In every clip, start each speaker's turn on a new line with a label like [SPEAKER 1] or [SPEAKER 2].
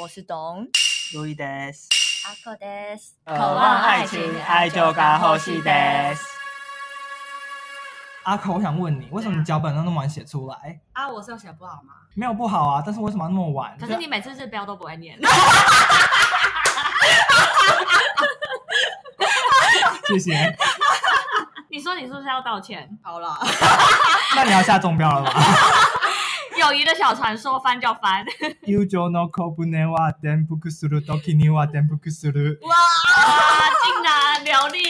[SPEAKER 1] 我是董
[SPEAKER 2] 路易德斯，
[SPEAKER 1] 阿克德斯，
[SPEAKER 2] 渴望爱情，爱就该呼吸的。阿口，我想问你，为什么你脚本都那么晚写出来？
[SPEAKER 3] 啊，我是有写不好吗？
[SPEAKER 2] 没有不好啊，但是为什么要那么晚？
[SPEAKER 3] 可是你每次日标都不会念，
[SPEAKER 2] 谢谢。
[SPEAKER 3] 你说你是不是要道歉？好了，
[SPEAKER 2] 那你要下中标了吧
[SPEAKER 3] 友谊的小船说翻就翻，
[SPEAKER 2] 友情の小舟は転覆する時には転覆する。
[SPEAKER 3] 哇，竟然流利，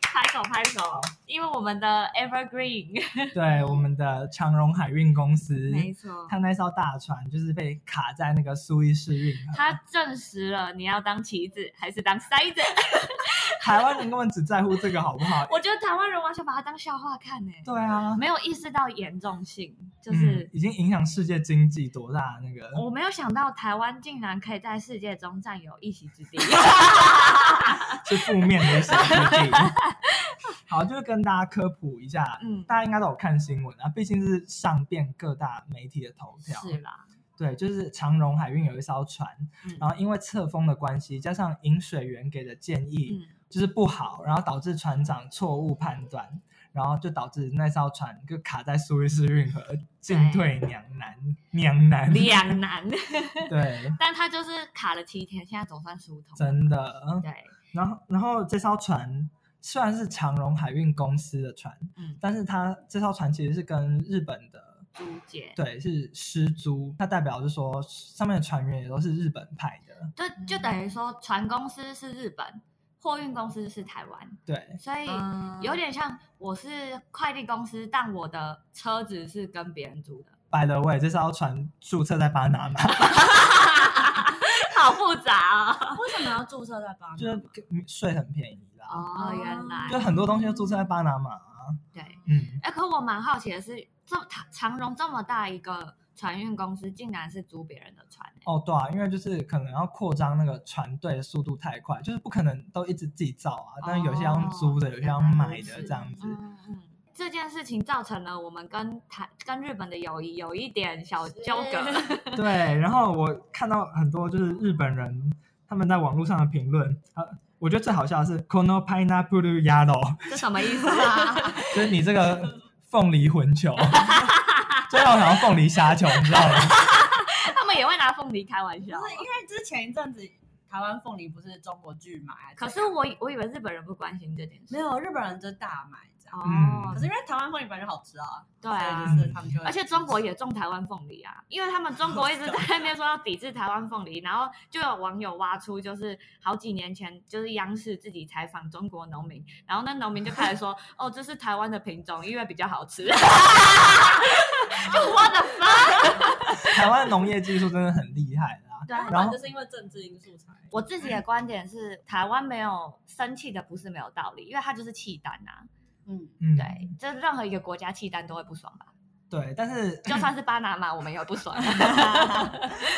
[SPEAKER 3] 拍手拍手，因为我们的 Evergreen，
[SPEAKER 2] 对，我们的长荣海运公司，
[SPEAKER 3] 错，
[SPEAKER 2] 它那艘大船就是被卡在那个苏伊士运 啊河。
[SPEAKER 3] 他证实了你要当棋子还是当筛子，
[SPEAKER 2] 台湾人根本只在乎这个好不好？
[SPEAKER 3] 我觉得台湾人完全把它当笑话看呢、
[SPEAKER 2] 对啊，
[SPEAKER 3] 没有意识到严重性，就
[SPEAKER 2] 嗯
[SPEAKER 3] 是、
[SPEAKER 2] 已经影响世界经济多大那个。
[SPEAKER 3] 我没有想到台湾竟然可以在世界中占有一席之地。
[SPEAKER 2] 是负面的 想法。好，就是跟大家科普一下，
[SPEAKER 3] 嗯
[SPEAKER 2] 大家应该都有看新闻啊，毕竟是上遍各大媒体的头条。
[SPEAKER 3] 是啦，
[SPEAKER 2] 对，就是长荣海运有一艘船，
[SPEAKER 3] 嗯
[SPEAKER 2] 然后因为侧风的关系，加上饮水员给的建议、
[SPEAKER 3] 嗯，
[SPEAKER 2] 就是不好，然后导致船长错误判断，然后就导致那艘船就卡在苏伊士运河，进退两难，两难。
[SPEAKER 3] 嗯两难，
[SPEAKER 2] 对，
[SPEAKER 3] 但他就是卡了七天，现在总算疏通。
[SPEAKER 2] 真的。
[SPEAKER 3] 对，
[SPEAKER 2] 然后，然后这艘船虽然是长荣海运公司的船，
[SPEAKER 3] 嗯
[SPEAKER 2] 但是它这艘船其实是跟日本的，
[SPEAKER 3] 朱姐，
[SPEAKER 2] 对，是失租，它代表是说上面的船员也都是日本派的，
[SPEAKER 3] 就就等于说，船公司是日本，货运公司是台湾，
[SPEAKER 2] 对，
[SPEAKER 3] 所以有点像我是快递公司，但我的车子是跟别人租的，
[SPEAKER 2] by the way，这艘船注册在巴拿马，
[SPEAKER 3] 好复杂哦。
[SPEAKER 1] 为什么要注册在巴拿
[SPEAKER 2] 就是跟税很便宜啦，
[SPEAKER 3] 哦，原来
[SPEAKER 2] 就很多东西都注册在巴拿马啊，
[SPEAKER 3] 对。
[SPEAKER 2] 嗯，
[SPEAKER 3] 哎，可我蛮好奇的是，这长长荣这么大一个船运公司，竟然是租别人的船、欸，
[SPEAKER 2] 哦，对啊，因为就是可能要扩张那个船队的速度太快，就是不可能都一直自己造啊，但是有些要用租的，有些要买的这样子，
[SPEAKER 3] 嗯嗯，这件事情造成了我们跟台跟日本的友谊有一点小纠 葛。
[SPEAKER 2] 对，然后我看到很多就是日本人他们在网络上的评论，啊，我觉得最好笑的是 “kono pineapple yellow”，
[SPEAKER 3] 这什么意思 啊？
[SPEAKER 2] 就是你这个凤梨混球， 最让我想到凤梨虾球，你知道吗？
[SPEAKER 3] 他们也会拿凤梨开玩笑啊
[SPEAKER 1] 不。是因为之前一阵子台湾凤梨不是中国拒买啊，
[SPEAKER 3] 可是我以我以为日本人不关心这件事。
[SPEAKER 1] 没有日本人就大买这样。
[SPEAKER 3] 哦
[SPEAKER 1] 可，是因为台湾凤梨本来就好吃啊，
[SPEAKER 3] 对啊
[SPEAKER 1] 所以就是他们就会
[SPEAKER 3] 而且中国也种台湾凤梨啊，因为他们中国一直在那边说要抵制台湾凤梨，然后就有网友挖出，就是好几年前就是央视自己采访中国农民，然后那农民就开始说， 哦，这是台湾的品种，因为比较好吃。就 what the fuck？
[SPEAKER 2] 台湾的农业技术真的很厉害啦。
[SPEAKER 3] 对啊
[SPEAKER 2] 然后
[SPEAKER 1] 就是因为政治因素才
[SPEAKER 3] 我自己的观点是，台湾没有生气的不是没有道理，因为它就是契丹啊。
[SPEAKER 1] 嗯，
[SPEAKER 2] 嗯，
[SPEAKER 3] 对，这任何一个国家契丹都会不爽吧？
[SPEAKER 2] 对，但是
[SPEAKER 3] 就算是巴拿马，我们也不爽。啊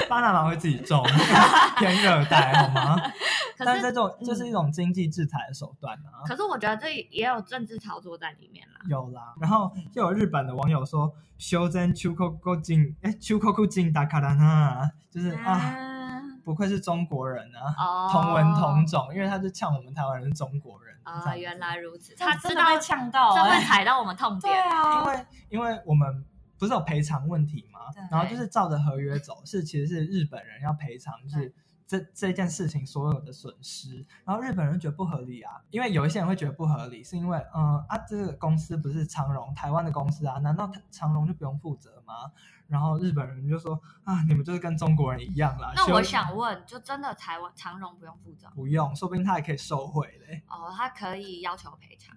[SPEAKER 2] 巴拿马会自己种， 偏热带好吗？
[SPEAKER 3] 可
[SPEAKER 2] 但
[SPEAKER 3] 是，
[SPEAKER 2] 是
[SPEAKER 3] 嗯
[SPEAKER 2] 这种这是一种经济制裁的手段啊。
[SPEAKER 3] 可是我觉得这也有政治操作在里面啦。
[SPEAKER 2] 有啦，然后就有日本的网友说“修真秋口口进”，哎，秋口口进达卡拉纳，就是啊，不愧是中国人啊，
[SPEAKER 3] 哦，
[SPEAKER 2] 同文同种，因为他就呛我们台湾人是中国人这
[SPEAKER 3] 啊，
[SPEAKER 2] 样子
[SPEAKER 3] 原来如此，
[SPEAKER 1] 他
[SPEAKER 3] 他
[SPEAKER 1] 知
[SPEAKER 3] 知
[SPEAKER 1] 道
[SPEAKER 3] 道
[SPEAKER 1] 会呛到
[SPEAKER 3] 这会
[SPEAKER 1] 啊，
[SPEAKER 3] 踩到我们痛
[SPEAKER 1] 对
[SPEAKER 3] 点。
[SPEAKER 2] 因
[SPEAKER 1] 啊，
[SPEAKER 2] 为因为我们不是有赔偿问题吗
[SPEAKER 1] 对？
[SPEAKER 2] 然后就是照着合约走，是其实是日本人要赔偿，就是。这这件事情所有的损失，然后日本人觉得不合理啊，因为有一些人会觉得不合理，是因为嗯啊，这个公司不是长荣台湾的公司啊，难道他长荣就不用负责吗？然后日本人就说啊，你们就是跟中国人一样啦。
[SPEAKER 3] 那我
[SPEAKER 2] 休
[SPEAKER 3] 想问，就真的台湾长荣不用负责
[SPEAKER 2] 不用，说不定他也可以受贿嘞。
[SPEAKER 3] 哦？他可以要求赔偿，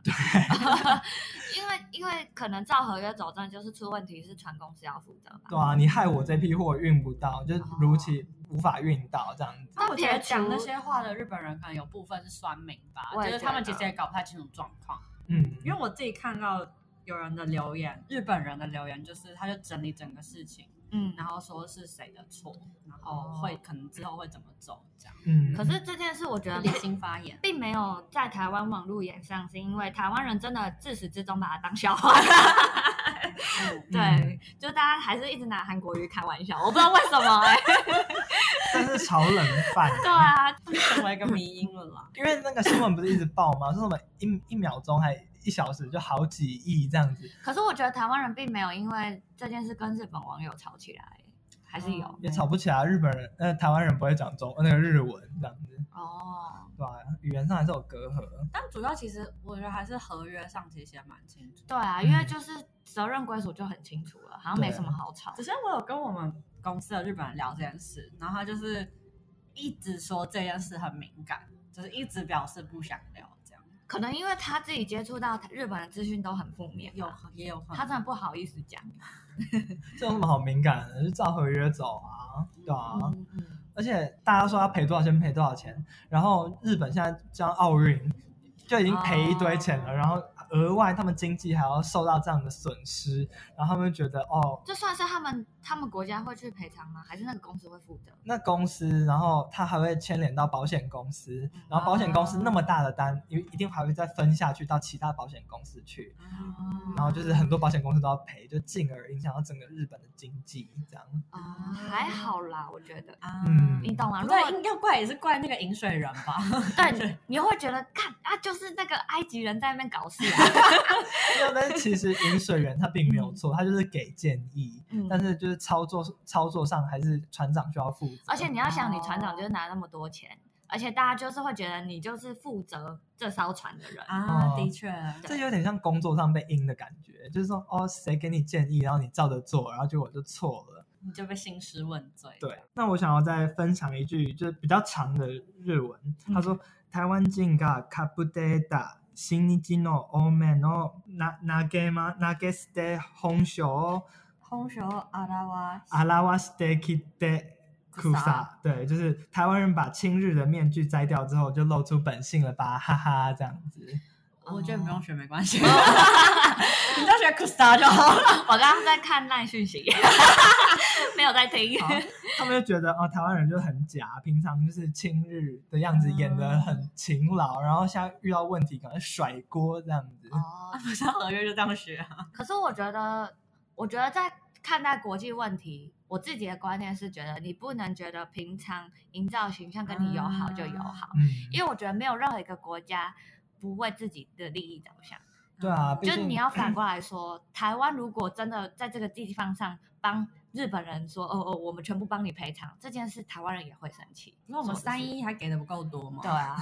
[SPEAKER 3] 因为因为可能照合约走，真的就是出问题是船公司要负责嘛。
[SPEAKER 2] 对啊，你害我这批货运不到，就是如期无法运到这样子。
[SPEAKER 1] 但我觉得
[SPEAKER 3] 撇除
[SPEAKER 1] 讲那些话的日本人可能有部分是酸民吧，
[SPEAKER 3] 我
[SPEAKER 1] 就
[SPEAKER 3] 也
[SPEAKER 1] 是他们
[SPEAKER 3] 觉
[SPEAKER 1] 其
[SPEAKER 3] 得
[SPEAKER 1] 实也搞不太清楚状况。
[SPEAKER 2] 嗯，
[SPEAKER 1] 因为我自己看到有人的留言，日本人的留言就是他就整理整个事情，
[SPEAKER 3] 嗯，
[SPEAKER 1] 然后说是谁的错，然后会可能之后会怎么走这样。
[SPEAKER 2] 嗯，
[SPEAKER 3] 可是这件事我觉得
[SPEAKER 1] 理性发 言，
[SPEAKER 3] 并没有在台湾网络演上，是因为台湾人真的自始至终把它当笑话。
[SPEAKER 1] 嗯
[SPEAKER 3] 对，就大家还是一直拿韩国瑜开玩笑，我不知道为什么哎、
[SPEAKER 2] 真是炒冷饭。
[SPEAKER 3] 对啊，
[SPEAKER 1] 成为一个迷因了啦。
[SPEAKER 2] 因为那个新闻不是一直报吗？说什么一一秒钟还一小时就好几亿这样子，
[SPEAKER 3] 可是我觉得台湾人并没有因为这件事跟日本网友吵起来，还是有
[SPEAKER 2] 嗯也吵不起来。日本人呃台湾人不会讲中那个日文这样子，
[SPEAKER 3] 哦。
[SPEAKER 2] 对吧、语言上还是有隔阂。
[SPEAKER 1] 但主要其实我觉得还是合约上其实写得蛮清楚。
[SPEAKER 3] 对啊，因为就是责任归属就很清楚了，好像没什么好吵
[SPEAKER 1] 只。是我有跟我们公司的日本人聊这件事，然后他就是一直说这件事很敏感，就是一直表示不想聊这样。
[SPEAKER 3] 可能因为他自己接触到日本的资讯都很负面吧，
[SPEAKER 1] 有也有可
[SPEAKER 3] 他真
[SPEAKER 1] 能
[SPEAKER 3] 的不好意思讲。
[SPEAKER 2] 这有什么好敏感的？就照合约走啊，对啊。
[SPEAKER 3] 嗯嗯，
[SPEAKER 2] 而且大家说要赔多少钱赔多少钱，然后日本现在这样奥运就已经赔一堆钱了，
[SPEAKER 3] 哦
[SPEAKER 2] 然后额外他们经济还要受到这样的损失，然后他们觉得哦，
[SPEAKER 3] 这算是他们他们国家会去赔偿吗？还是那个公司会负责？
[SPEAKER 2] 那公司，然后他还会牵连到保险公司，
[SPEAKER 3] 嗯
[SPEAKER 2] 然后保险公司那么
[SPEAKER 3] 哦
[SPEAKER 2] 大的单，一一定还会再分下去到其他保险公司去，
[SPEAKER 1] 嗯
[SPEAKER 2] 然后就是很多保险公司都要赔，就进而影响到整个日本的经济，这样。
[SPEAKER 3] 啊、还好啦，我觉得。
[SPEAKER 1] 啊
[SPEAKER 2] 嗯
[SPEAKER 3] 你懂吗？
[SPEAKER 1] 不
[SPEAKER 3] 如果
[SPEAKER 1] 对，要怪也是怪那个饮水人吧？
[SPEAKER 3] 对，你会觉得看啊，就是那个埃及人在那边搞事啊。
[SPEAKER 2] 因为但其实饮水员他并 没有错，他就是给建议，
[SPEAKER 3] 嗯
[SPEAKER 2] 但是就是操作操作上还是船长需要负责。
[SPEAKER 3] 而且你要想，你船长
[SPEAKER 1] 哦
[SPEAKER 3] 就是拿那么多钱，而且大家就是会觉得你就是负责这艘船的人。
[SPEAKER 2] 哦
[SPEAKER 1] 啊，的确，
[SPEAKER 2] 这有点像工作上被阴的感觉，就是说哦，谁给你建议，然后你照着做，然后结果就错了。
[SPEAKER 1] 你就被兴师问罪。
[SPEAKER 2] 对，那我想要再分享一句，就是比较长的日文。他说：“台湾人がカブデダ新日の多めのな投げま投げ捨て本性を
[SPEAKER 1] 空手阿拉瓦
[SPEAKER 2] 表してきてくさ。”对，就是台湾人把亲日的面具摘掉之后，就露出本性了吧， 哈哈，这样子。
[SPEAKER 1] 我觉得不用学没关系， 你就学 Kusta 就好了。
[SPEAKER 3] 我刚刚在看烂讯息， 没有在听。
[SPEAKER 2] 好他们就觉得哦，台湾人就很假，平常就是亲日的样子，演得很勤劳，然后现在遇到问题赶快甩锅这样子。
[SPEAKER 3] 哦，
[SPEAKER 1] 不是合约就这样学啊？
[SPEAKER 3] 可是我觉得，我觉得在看待国际问题，我自己的观念是觉得，你不能觉得平常营造形象跟你友好就友好，
[SPEAKER 2] 嗯，
[SPEAKER 3] 因为我觉得没有任何一个国家不为自己的利益着想。
[SPEAKER 2] 对啊，
[SPEAKER 3] 嗯
[SPEAKER 2] 毕
[SPEAKER 3] 就
[SPEAKER 2] 竟
[SPEAKER 3] 是你要反过来说，台湾如果真的在这个地方上帮日本人说，哦哦，我们全部帮你赔偿这件事，台湾人也会生气。
[SPEAKER 1] 那我
[SPEAKER 3] 说
[SPEAKER 1] 们
[SPEAKER 3] 的
[SPEAKER 1] 三
[SPEAKER 3] 是
[SPEAKER 1] 一还给的不够多吗？
[SPEAKER 3] 对啊，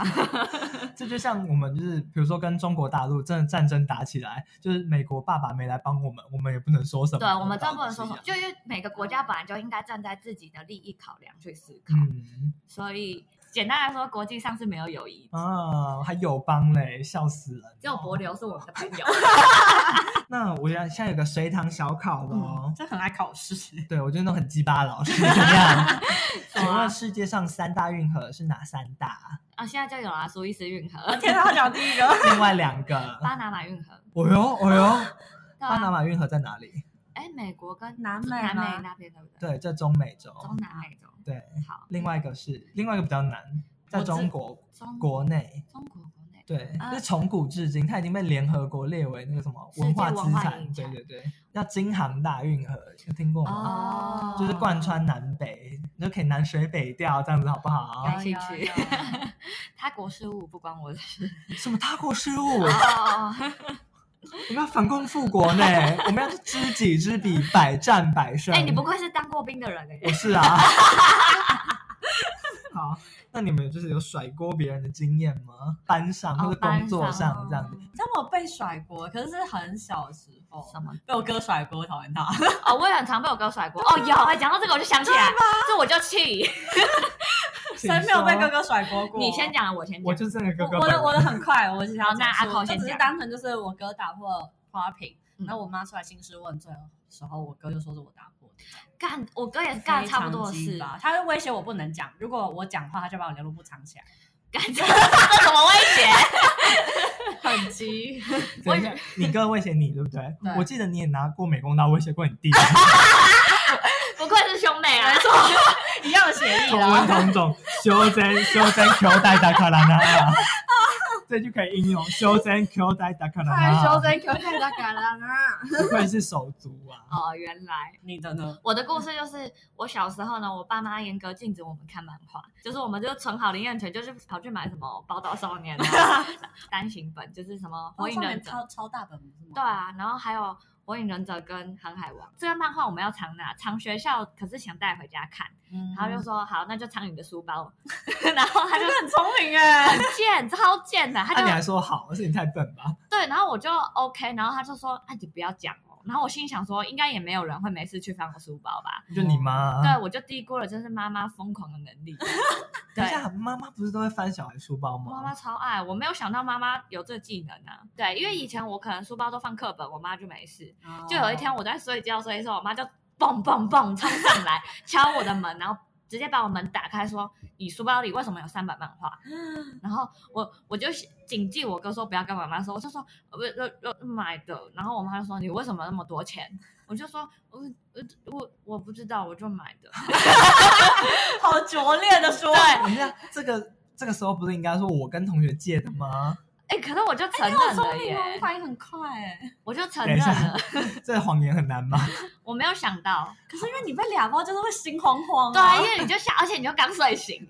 [SPEAKER 2] 这就像我们就是，比如说跟中国大陆真的战争打起来，就是美国爸爸没来帮我们，我们也不能说什么。
[SPEAKER 3] 对啊我们真不能说什么，
[SPEAKER 2] 道理
[SPEAKER 3] 就因为每个国家本来就应该站在自己的利益考量去思考，
[SPEAKER 2] 是一样。嗯
[SPEAKER 3] 所以简单来说，国际上是没有友谊。
[SPEAKER 2] 啊，还友邦嘞，笑死人。哦
[SPEAKER 3] 只有柏流是我们的朋友，
[SPEAKER 2] 那我想现在有个随堂小考的哦
[SPEAKER 1] 嗯，。这很爱考试。
[SPEAKER 2] 对，我觉得那种很鸡巴的老师怎么样？
[SPEAKER 3] 什
[SPEAKER 2] 请
[SPEAKER 3] 么啊
[SPEAKER 2] 问世界上三大运河是哪三大？
[SPEAKER 3] 啊，现在就有啦，苏伊士运河、
[SPEAKER 1] 天啊哪，他讲第一个，
[SPEAKER 2] 另外两个。
[SPEAKER 3] 巴拿马运河，
[SPEAKER 2] 哦呦，哦呦，
[SPEAKER 3] 对
[SPEAKER 2] 巴拿
[SPEAKER 3] 啊，
[SPEAKER 2] 马运河在哪里？
[SPEAKER 3] 哎，美国跟
[SPEAKER 1] 南美
[SPEAKER 3] 南美
[SPEAKER 1] 吗
[SPEAKER 3] 那边对不对？
[SPEAKER 2] 对，在中美洲。
[SPEAKER 3] 中南美洲。
[SPEAKER 2] 对，
[SPEAKER 3] 好，
[SPEAKER 2] 另外一个是另外一个比较难，在
[SPEAKER 1] 我知
[SPEAKER 2] 中国
[SPEAKER 3] 中
[SPEAKER 2] 国内。
[SPEAKER 3] 中国国内。
[SPEAKER 2] 对，
[SPEAKER 3] 啊
[SPEAKER 2] 那从古至今，它已经被联合国列为那个什么
[SPEAKER 3] 世界
[SPEAKER 2] 文化
[SPEAKER 3] 文
[SPEAKER 2] 资
[SPEAKER 3] 化
[SPEAKER 2] 产
[SPEAKER 3] 遗。
[SPEAKER 2] 对
[SPEAKER 3] 产
[SPEAKER 2] 对对，叫京杭大运河，有听过吗？
[SPEAKER 1] 哦
[SPEAKER 2] 就是贯穿南北，你就可以南水北调这样子，好不好
[SPEAKER 3] 感？兴趣
[SPEAKER 1] 有有 有
[SPEAKER 3] 他国事务不关我的事。
[SPEAKER 2] 什么他国失误？
[SPEAKER 3] 哦，
[SPEAKER 2] 我们要反共复国呢？我们要知己知彼，百战百胜。
[SPEAKER 3] 哎，你不愧是当过兵的人
[SPEAKER 2] 我
[SPEAKER 3] 哎。
[SPEAKER 2] 是啊。好，那你们就是有甩锅别人的经验吗？班上或
[SPEAKER 3] 哦
[SPEAKER 2] 者工作
[SPEAKER 3] 班上哦
[SPEAKER 2] 上这样子？
[SPEAKER 1] 你知道我被甩锅，可是是很小时候，
[SPEAKER 3] 什么？
[SPEAKER 1] 被我哥甩锅，我讨厌他。
[SPEAKER 3] 哦，我也很常被我哥甩锅。哦，有哎，讲到这个我就想起来，这我就气。
[SPEAKER 2] 请
[SPEAKER 1] 谁没有被
[SPEAKER 2] 说
[SPEAKER 1] 哥？哥甩锅过？
[SPEAKER 3] 你先。讲，我先
[SPEAKER 2] 我
[SPEAKER 3] 讲。
[SPEAKER 2] 就是那个哥
[SPEAKER 1] 我
[SPEAKER 2] 哥
[SPEAKER 1] 我
[SPEAKER 2] 本人。
[SPEAKER 1] 的我的很快，我想要
[SPEAKER 3] 好那
[SPEAKER 1] 结束
[SPEAKER 3] 阿口先
[SPEAKER 1] 就只是
[SPEAKER 3] 讲
[SPEAKER 1] 单纯就是我哥打破花瓶，
[SPEAKER 3] 嗯
[SPEAKER 1] 然后我妈出来兴师问罪的时候，我哥就说是我打破的，
[SPEAKER 3] 干，我哥也是干了差不多的
[SPEAKER 1] 非常
[SPEAKER 3] 事
[SPEAKER 1] 鸡。巴他就威胁我不能讲，如果我讲话，他就把我联络簿 藏起来，
[SPEAKER 3] 干，这这什么威胁？
[SPEAKER 1] 很急。
[SPEAKER 2] 等一下，你哥威胁你，对不对？
[SPEAKER 1] 对
[SPEAKER 2] 我记得你也拿过美工刀威胁过你 弟，
[SPEAKER 3] 不愧是兄妹啊！
[SPEAKER 1] 一样的协议
[SPEAKER 2] 同
[SPEAKER 1] 啦
[SPEAKER 2] 文。同种，修真修真求代达卡拉那。这句可以应用。修真 Q 代达可能
[SPEAKER 3] 太
[SPEAKER 2] 啊，
[SPEAKER 3] 修真可太大感了啊！
[SPEAKER 2] 不愧是手足啊。
[SPEAKER 3] 哦，原来
[SPEAKER 1] 你的呢？
[SPEAKER 3] 我的故事就是，我小时候呢，我爸妈严格禁止我们看漫画，就是我们就存好零用钱，就是跑去买什么《宝岛少年》 啊、单行本，就是什么《火影
[SPEAKER 1] 少
[SPEAKER 3] 忍
[SPEAKER 1] 年
[SPEAKER 3] 者》
[SPEAKER 1] 超超大本是吗？
[SPEAKER 3] 对，啊，然后还有《火影忍者》跟《航海王》这个漫画，我们要藏哪？藏学校，可是想带回家看，
[SPEAKER 1] 嗯
[SPEAKER 3] 然后就说好，那就藏你的书包， 然后他就
[SPEAKER 1] 很聪明哎，
[SPEAKER 3] 很贱，超贱
[SPEAKER 1] 啊
[SPEAKER 3] 的，他
[SPEAKER 2] 那
[SPEAKER 3] 就
[SPEAKER 2] 啊你还说好，是你太笨吧？
[SPEAKER 3] 对，然后我就 OK，然后他就说：“啊，你不要讲哦。”然后我心想说：“应该也没有人会没事去翻我书包吧
[SPEAKER 2] 就你妈？”
[SPEAKER 3] 对，我就低估了就是妈妈疯狂的能 力。
[SPEAKER 2] 等
[SPEAKER 3] 对，
[SPEAKER 2] 一下，妈妈不是都会翻小孩书包
[SPEAKER 3] 妈妈
[SPEAKER 2] 吗？
[SPEAKER 3] 超爱，我没有想到妈妈有这技能啊。对，因为以前我可能书包都放课本，我妈就没事。
[SPEAKER 1] 哦
[SPEAKER 2] 哦
[SPEAKER 3] 就有一天我在睡觉，睡一睡，我妈就蹦蹦蹦冲上 来敲我的门，然后直接把我门打开，说：“你书包里为什么有三本漫画？” 然后我我就谨记我哥说不要跟妈妈说，我就说我我我买的，然后我妈就说你为什么那么多钱？我就说我我我我不知道，我就买 的。
[SPEAKER 1] 好拙劣的说，
[SPEAKER 3] 对，
[SPEAKER 2] 等一下，这个这个时候不是应该说我跟同学借的吗？
[SPEAKER 3] 哎，可是我就承
[SPEAKER 1] 你好
[SPEAKER 3] 认
[SPEAKER 1] 聪
[SPEAKER 3] 了
[SPEAKER 1] 明哦，
[SPEAKER 3] 耶
[SPEAKER 1] 你，反应很快哎。
[SPEAKER 3] 我就承
[SPEAKER 2] 等
[SPEAKER 3] 认
[SPEAKER 2] 一下
[SPEAKER 3] 了，
[SPEAKER 2] 这谎言很难吗？
[SPEAKER 3] 我没有想 到，
[SPEAKER 1] 可是因为你被俩包，就是会心慌慌
[SPEAKER 3] 对
[SPEAKER 1] 啊，
[SPEAKER 3] 啊，因为你就吓，而且你就刚睡醒，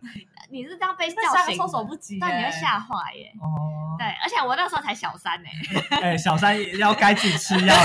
[SPEAKER 3] 你是这样被叫
[SPEAKER 1] 那下个
[SPEAKER 3] 醒
[SPEAKER 1] 措手
[SPEAKER 3] 的，
[SPEAKER 1] 不欸及耶，
[SPEAKER 3] 但你会吓坏耶。
[SPEAKER 2] 哦，
[SPEAKER 3] 对，而且我那时候才小三呢、
[SPEAKER 2] 哎，小三也要该自己吃药了。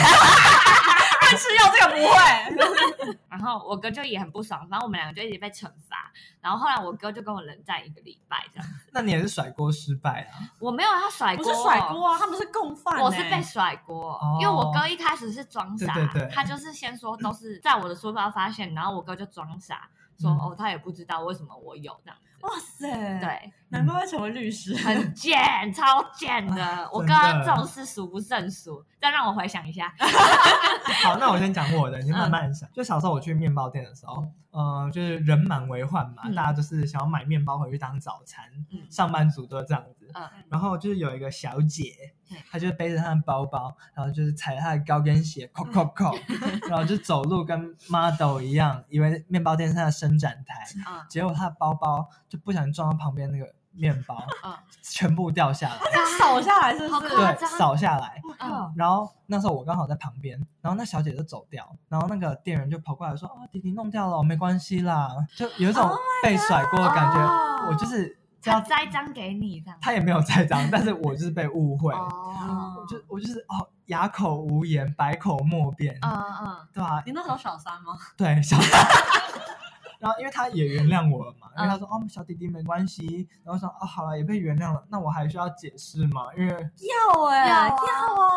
[SPEAKER 1] 但吃药这个不会，
[SPEAKER 3] 然后我哥就也很不爽，反正我们两个就一直被惩罚。然后后来我哥就跟我冷战一个礼拜这样，
[SPEAKER 2] 那你也是甩锅失败啊？
[SPEAKER 3] 我没有要甩
[SPEAKER 1] 不
[SPEAKER 3] 锅，哦
[SPEAKER 1] 是甩，锅啊，他们是共犯，
[SPEAKER 3] 哎我是被甩锅，
[SPEAKER 2] 哦
[SPEAKER 3] 因为我哥一开始是装傻，
[SPEAKER 2] 对对对
[SPEAKER 3] 他就是先说都是在我的书包发现，然后我哥就装傻说、
[SPEAKER 2] 嗯
[SPEAKER 3] 哦他也不知道为什么我有这样子，
[SPEAKER 1] 哇塞，，
[SPEAKER 3] 对，
[SPEAKER 1] 难怪会成为律师，
[SPEAKER 3] 很贱，超贱的，我哥
[SPEAKER 2] 真的
[SPEAKER 3] 这种事数不胜数。再让我回想一下，
[SPEAKER 2] 好，那我先讲我的，
[SPEAKER 3] 嗯
[SPEAKER 2] 你慢慢想。就小时候我去面包店的时候，嗯，就是人满为患嘛，
[SPEAKER 3] 嗯
[SPEAKER 2] 大家就是想要买面包回去当早餐，
[SPEAKER 3] 嗯
[SPEAKER 2] 上班族都这样子。
[SPEAKER 3] 嗯
[SPEAKER 2] 然后就是有一个小姐
[SPEAKER 3] 对，
[SPEAKER 2] 她就是背着她的包包，然后就是踩着她的高跟鞋，扣扣扣，
[SPEAKER 3] 嗯
[SPEAKER 2] 然后就走路跟 model 一样，以为面包店是她的伸展台，
[SPEAKER 3] 嗯
[SPEAKER 2] 结果她的包包就不小心撞到旁边那个面包，
[SPEAKER 3] 嗯
[SPEAKER 2] 全部掉下来，
[SPEAKER 1] 手下来是
[SPEAKER 3] 好
[SPEAKER 1] 不是？
[SPEAKER 3] 夸
[SPEAKER 2] 对
[SPEAKER 3] 张，
[SPEAKER 2] 扫下来。
[SPEAKER 3] 嗯，
[SPEAKER 2] 然后那时候我刚好在旁边，然后那小姐就走掉，然后那个店员就跑过来说：“哦，弟弟弄掉了，没关系啦。”就有一种
[SPEAKER 1] Oh
[SPEAKER 2] 被甩锅的感觉。
[SPEAKER 3] 哦
[SPEAKER 2] 我就是这
[SPEAKER 3] 他
[SPEAKER 2] 样，
[SPEAKER 3] 栽赃给你这样，
[SPEAKER 2] 他也没有栽赃，但是我就是被误会，
[SPEAKER 3] 哦，
[SPEAKER 2] 我就我就是哦，哑口无言，百口莫辩，
[SPEAKER 1] 哦
[SPEAKER 3] 嗯嗯
[SPEAKER 2] 对吧、
[SPEAKER 1] 你那时候小三吗？
[SPEAKER 2] 对，小。 然后因为他也原谅我了嘛，因为他说、哦，小弟弟没关系，然后说哦，好了，也被原谅了，那我还需要解释吗？因为
[SPEAKER 1] 要哎
[SPEAKER 3] 要啊
[SPEAKER 1] 要啊，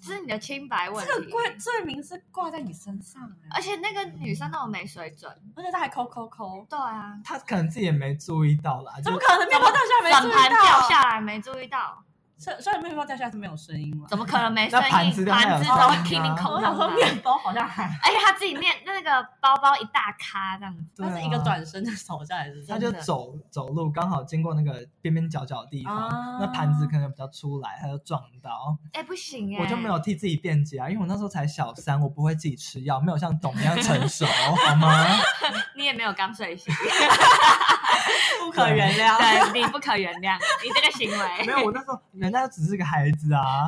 [SPEAKER 3] 这是你的清白问
[SPEAKER 1] 这个
[SPEAKER 3] 题。
[SPEAKER 1] 怪罪名是挂在你身上
[SPEAKER 3] 而
[SPEAKER 1] 哎，
[SPEAKER 3] 且那个女生那么没水准，
[SPEAKER 1] 而且他还抠抠抠，
[SPEAKER 3] 对啊，
[SPEAKER 2] 他可能自己也没注意到啦，
[SPEAKER 1] 怎
[SPEAKER 2] 就
[SPEAKER 1] 么可能面包掉下来没
[SPEAKER 3] 整
[SPEAKER 1] 注意
[SPEAKER 3] 盘
[SPEAKER 1] 到？
[SPEAKER 3] 掉下来没注意到，
[SPEAKER 1] 虽虽然面包掉下来是没有声音了，
[SPEAKER 3] 怎么可能没声
[SPEAKER 2] 那
[SPEAKER 3] 音？
[SPEAKER 2] 盘子掉下来
[SPEAKER 3] 盘
[SPEAKER 2] 有
[SPEAKER 3] 子
[SPEAKER 2] 声音
[SPEAKER 3] 都
[SPEAKER 2] 啊
[SPEAKER 3] 会听你口
[SPEAKER 1] 我
[SPEAKER 3] 上
[SPEAKER 1] 想说
[SPEAKER 3] 来，
[SPEAKER 1] 面包好像还，
[SPEAKER 3] 而且他自己面那个包包一大咖这样子，
[SPEAKER 2] 对
[SPEAKER 1] 但
[SPEAKER 2] 啊
[SPEAKER 1] 是一个转身就手下来是
[SPEAKER 2] 他
[SPEAKER 1] 真
[SPEAKER 2] 就
[SPEAKER 1] 的。
[SPEAKER 2] 走走路，刚好经过那个边边角角的地方，
[SPEAKER 3] 哦
[SPEAKER 1] 啊
[SPEAKER 2] 那盘子可能比较出来，他就撞到。
[SPEAKER 3] 哎不行哎，
[SPEAKER 2] 我就没有替自己辩解啊，因为我那时候才小三，我不会自己吃药，没有像董一样成 熟，好吗？
[SPEAKER 3] 你也没有刚睡醒，
[SPEAKER 1] 不可原谅。
[SPEAKER 3] 对你不可原谅，你这个行为
[SPEAKER 2] 没有，我那时候人家只是个孩子啊。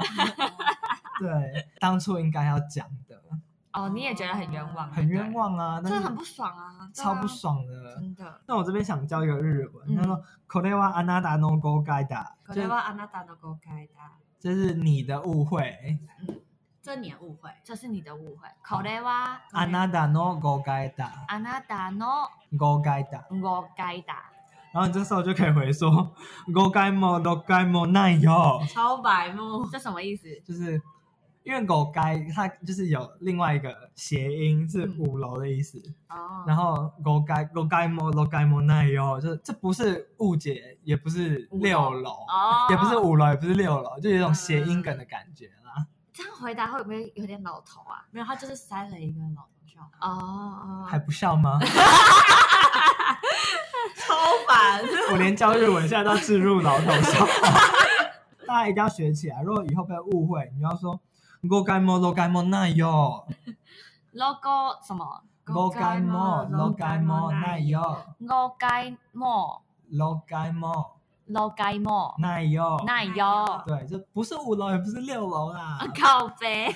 [SPEAKER 2] 对，当初应该要讲的，
[SPEAKER 3] 哦，你也觉得很冤枉，
[SPEAKER 2] 很冤，枉啊，
[SPEAKER 3] 真
[SPEAKER 2] 但
[SPEAKER 3] 的
[SPEAKER 2] 是
[SPEAKER 3] 很不爽啊，对啊
[SPEAKER 2] 超不，爽的。
[SPEAKER 3] 真的。
[SPEAKER 2] 那我这边想教一个日文，
[SPEAKER 3] 嗯
[SPEAKER 2] 他说 “korewa anada no go g a i d
[SPEAKER 1] れ
[SPEAKER 2] a
[SPEAKER 1] はあなたの誤解だ。
[SPEAKER 2] 这是你的误会
[SPEAKER 1] 这你的误会，
[SPEAKER 3] 这是你的误会。これは
[SPEAKER 2] ，anada no go g a i d a
[SPEAKER 3] あなたの
[SPEAKER 2] go g a i d a
[SPEAKER 3] 誤解だ。
[SPEAKER 2] 然后你这时候就可以回说 “go gai mo do gai mo n a yo”，
[SPEAKER 1] 超白目。
[SPEAKER 3] 这什么意思？
[SPEAKER 2] 就是因为狗该它就是有另外一个谐音是五楼的意思，
[SPEAKER 3] 哦，
[SPEAKER 2] 然后狗该狗该摸楼该摸那哟，就是这不是误解，也不是六楼，
[SPEAKER 3] 哦，
[SPEAKER 2] 也不是五楼，也不是六楼，就有一种谐音梗的感觉啦。
[SPEAKER 3] 这样回答会不会有点老头啊？
[SPEAKER 1] 没有，他就是塞了一个老头笑，
[SPEAKER 3] 哦哦，
[SPEAKER 2] 还不笑吗？
[SPEAKER 1] 超烦。
[SPEAKER 2] 我连教日文现在都置入老头笑话， 大家一定要学起来。如果以后被误会，你就要说狗该摸楼该摸那哟。
[SPEAKER 3] logo 什么？
[SPEAKER 2] ロガイモ、ロガイモ、ないよ。
[SPEAKER 3] 誤解も
[SPEAKER 2] ロガイモ、
[SPEAKER 3] 楼盖莫，
[SPEAKER 2] 奶油，
[SPEAKER 3] 奶油，
[SPEAKER 2] 对，就不是五楼也不是六楼啦，
[SPEAKER 3] 靠背，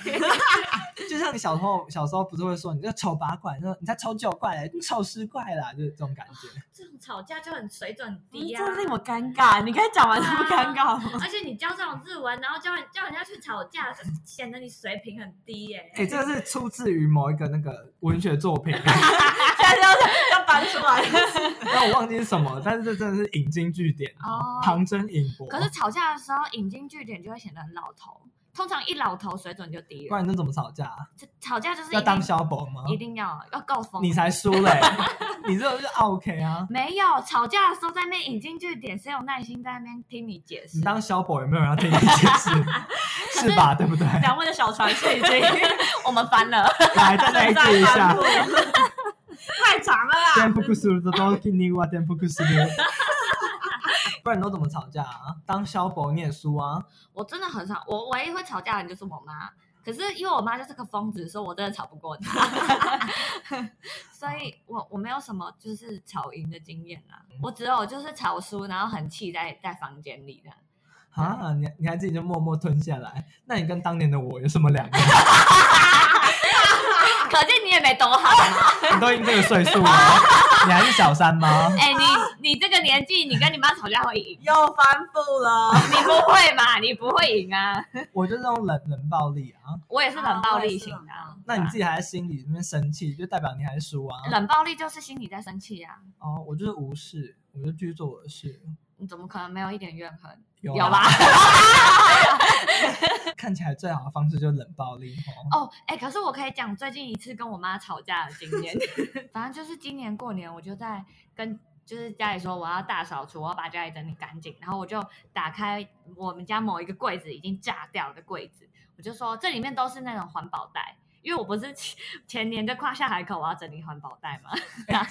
[SPEAKER 2] 就像你小时候小时候不是会说你这丑八怪，说你才丑九怪 嘞，你丑十怪啦，就是这种感觉。
[SPEAKER 3] 这种吵架就很水
[SPEAKER 2] 嗯
[SPEAKER 3] 准
[SPEAKER 1] 你
[SPEAKER 3] 低啊
[SPEAKER 1] 这。令我尴尬，你可以讲完这么尴尬吗？
[SPEAKER 3] 而且你教这种日文，然后教人叫人家去吵架，显得你水平很低耶、
[SPEAKER 2] 哎、这个是出自于某一个那个文学作 品，
[SPEAKER 1] 现在就是要搬出来，
[SPEAKER 2] 但我忘记是什么，但是这真的是引经据典，
[SPEAKER 3] 哦
[SPEAKER 2] 旁征引博。
[SPEAKER 3] 可是吵架的时候引经据典就会显得很老头，通常一老头水准就低
[SPEAKER 2] 不
[SPEAKER 3] 了。
[SPEAKER 2] 然你怎么吵架啊？
[SPEAKER 3] 这吵架就是一
[SPEAKER 2] 要
[SPEAKER 3] 定
[SPEAKER 2] 当小宝吗？
[SPEAKER 3] 一定要要够疯。
[SPEAKER 2] 你才输嘞、 你这种就是 OK 啊。
[SPEAKER 3] 没有吵架的时候在那边引经据典，谁有耐心在那边听你解释
[SPEAKER 2] 你？当小宝有没有人要听你解释？是吧？对不对？
[SPEAKER 1] 两位的小船是已经
[SPEAKER 3] 我们翻 了，
[SPEAKER 2] 来， 再来一次一啊下
[SPEAKER 1] 翻。覆太长了啦。
[SPEAKER 2] 电不哭输的都给你哇，电不哭输 不然你都怎么吵架啊？当小宝你也输啊？
[SPEAKER 3] 我真的很少，我唯一会吵架的人就是我妈。可是因为我妈就是个疯子，所以我真的吵不过她， 所以我我没有什么就是吵赢的经验啦，
[SPEAKER 2] 嗯
[SPEAKER 3] 我只有就是吵输，然后很气在在房间里这样。
[SPEAKER 2] 啊，你你还自己就默默吞下来？那你跟当年的我有什么两样？
[SPEAKER 3] 可见你也没多好 嘛。
[SPEAKER 2] 你都已经这个岁数了，啊 你还是小三吗？
[SPEAKER 3] 哎、你你这个年纪，你跟你妈吵架会赢？
[SPEAKER 1] 又翻覆了，
[SPEAKER 3] 你不会嘛？你不会赢啊！
[SPEAKER 2] 我就是那种冷冷暴力啊。
[SPEAKER 3] 我也是冷暴力型的啊、
[SPEAKER 2] 那你自己还在心里面生气，就代表你还是输啊。
[SPEAKER 3] 冷暴力就是心里在生气啊！
[SPEAKER 2] 哦，我就是无视，我就继续做我的事。
[SPEAKER 3] 你怎么可能没有一点怨恨？
[SPEAKER 2] 有
[SPEAKER 3] 有
[SPEAKER 2] 啊
[SPEAKER 3] 吧？？
[SPEAKER 2] 看起来最好的方式就是冷暴力哦。
[SPEAKER 3] 哦，哎、可是我可以讲最近一次跟我妈吵架的经验。 反正就是今年过年，我就在跟就是家里说我要大扫除，我要把家里整理干净。然后我就打开我们家某一个柜子已经炸掉的柜子，我就说这里面都是那种环保袋。因为我不是 前前年就跨下海口，我要整理环保袋嘛。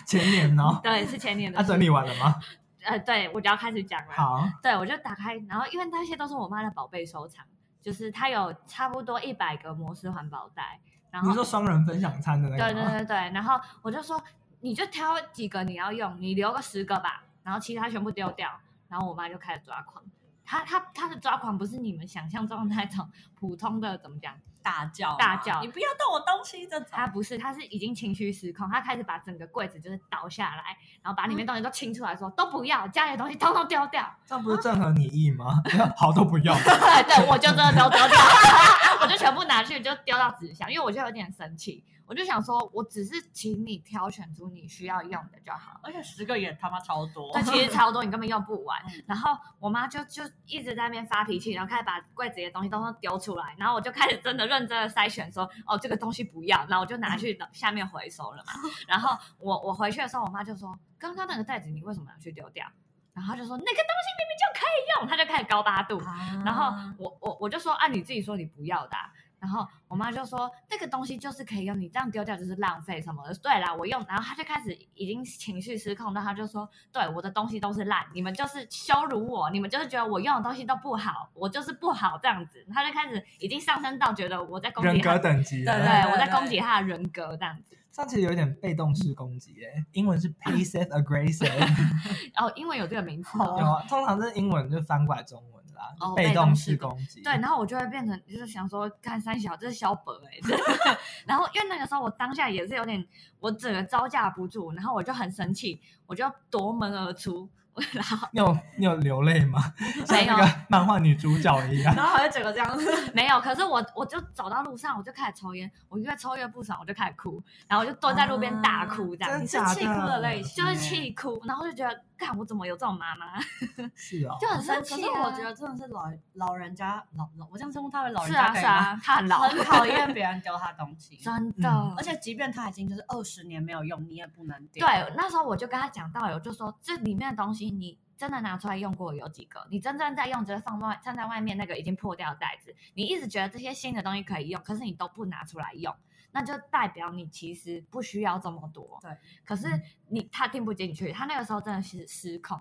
[SPEAKER 2] 前年哦，
[SPEAKER 3] 对，是前年的
[SPEAKER 2] 他
[SPEAKER 3] 事。
[SPEAKER 2] 整理完了吗？
[SPEAKER 3] 呃，对，我就要开始讲了。
[SPEAKER 2] 好，
[SPEAKER 3] 对，我就打开，然后因为那些都是我妈的宝贝收藏，就是她有差不多一百个摩斯环保袋，然
[SPEAKER 2] 你
[SPEAKER 3] 后
[SPEAKER 2] 说双人分享餐的那
[SPEAKER 3] 对
[SPEAKER 2] 个
[SPEAKER 3] 对
[SPEAKER 2] 吗？
[SPEAKER 3] 对对，然后我就说你就挑几个你要用，你留个十个吧，然后其他全部丢掉，然后我妈就开始抓狂。她她她的抓狂不是你们想象中的那种普通的怎么讲，
[SPEAKER 1] 大叫嘛
[SPEAKER 3] 大叫
[SPEAKER 1] 你不要动我东西这种。
[SPEAKER 3] 她不是，她是已经情绪失控，她开始把整个柜子就是倒下来，然后把里面东西都清出来说，都不要，家里的东西通通丢掉。
[SPEAKER 2] 这样不是正合你意吗？ 好都不用，
[SPEAKER 3] 对对，我就真的都丢掉， 我就全部拿去就丢到纸箱，因为我就有点生气，我就想说，我只是请你挑选出你需要用的就好。
[SPEAKER 1] 而且十个也他妈超多。
[SPEAKER 3] 但其实超多，你根本用不完
[SPEAKER 1] 嗯。
[SPEAKER 3] 然后我妈就就一直在那边发脾气，然后开始把柜子里的东西都丢出来，然后我就开始真的认真的筛选说，哦，这个东西不要，然后我就拿去下面回收了嘛。然后我我回去的时候，我妈就说，刚刚那个袋子你为什么要去丢掉？然后她就说那个东西明明就可以用，她就开始高八度。
[SPEAKER 1] 啊
[SPEAKER 3] 然后
[SPEAKER 1] 嗯
[SPEAKER 3] 我我我就说啊，你自己说你不要的啊、然后我妈就说那个东西就是可以用，你这样丢掉就是浪费什么的。对啦，我用，然后她就开始已经情绪失控，然后她就说，对我的东西都是烂，你们就是羞辱我，你们就是觉得我用的东西都不好，我就是不好这样子。她就开始已经上升到觉得我在攻
[SPEAKER 2] 人
[SPEAKER 3] 击她
[SPEAKER 2] 格，等级
[SPEAKER 1] 对
[SPEAKER 3] 对
[SPEAKER 2] 了。
[SPEAKER 1] 对
[SPEAKER 3] 我在
[SPEAKER 1] 对
[SPEAKER 3] 攻击她的人格这样子。
[SPEAKER 2] 这样其实有点被动式攻击耶，英文是 passive aggressive，
[SPEAKER 3] 哦，英文有这个名词
[SPEAKER 1] 哦
[SPEAKER 2] 有啊，通常是英文就翻过来中文的啦，
[SPEAKER 3] 哦
[SPEAKER 2] 被动式攻击。
[SPEAKER 3] 对，然后我就会变成就是想说，看三小这是小本哎、 然后因为那个时候我当下也是有点，我整个招架不住，然后我就很生气，我就夺门而出， 然后
[SPEAKER 2] 你有你有流 泪吗？像
[SPEAKER 3] 没
[SPEAKER 2] 那
[SPEAKER 3] 有
[SPEAKER 2] 个漫画女主角 一样。
[SPEAKER 1] 然后还就整个这样子，
[SPEAKER 3] 没有，可是我我就走到路上我就开始抽烟，我越抽越不爽，我就开始哭，然后我就蹲在路边大哭这样。
[SPEAKER 2] 啊
[SPEAKER 1] 你
[SPEAKER 2] 真
[SPEAKER 1] 是气哭的类型，欸
[SPEAKER 3] 就是。气哭，然后就觉得，干我怎么有这种妈妈，
[SPEAKER 2] 是哦，
[SPEAKER 3] 就很
[SPEAKER 1] 可是
[SPEAKER 3] 生气、啊。
[SPEAKER 1] 可是我觉得真的是老老人家老老，我这样称呼他为老人
[SPEAKER 3] 是
[SPEAKER 1] 家
[SPEAKER 3] 啊
[SPEAKER 1] 可以
[SPEAKER 3] 是
[SPEAKER 1] 吗，
[SPEAKER 3] 啊，他很老，。
[SPEAKER 1] 很讨厌别人丢他东西
[SPEAKER 3] 真的。
[SPEAKER 2] 嗯
[SPEAKER 1] 而且即便他已经就是二十年没有用，你也不能丢。
[SPEAKER 3] 对，那时候我就跟他讲道理，我就说这里面的东西你真的拿出来用过有几个？你真正在用，就是放外站在外面那个已经破掉的袋子，你一直觉得这些新的东西可以用，可是你都不拿出来用，那就代表你其实不需要这么多。
[SPEAKER 1] 对，
[SPEAKER 3] 可是
[SPEAKER 2] 嗯
[SPEAKER 3] 你他听不进去，他那个时候真的是失控。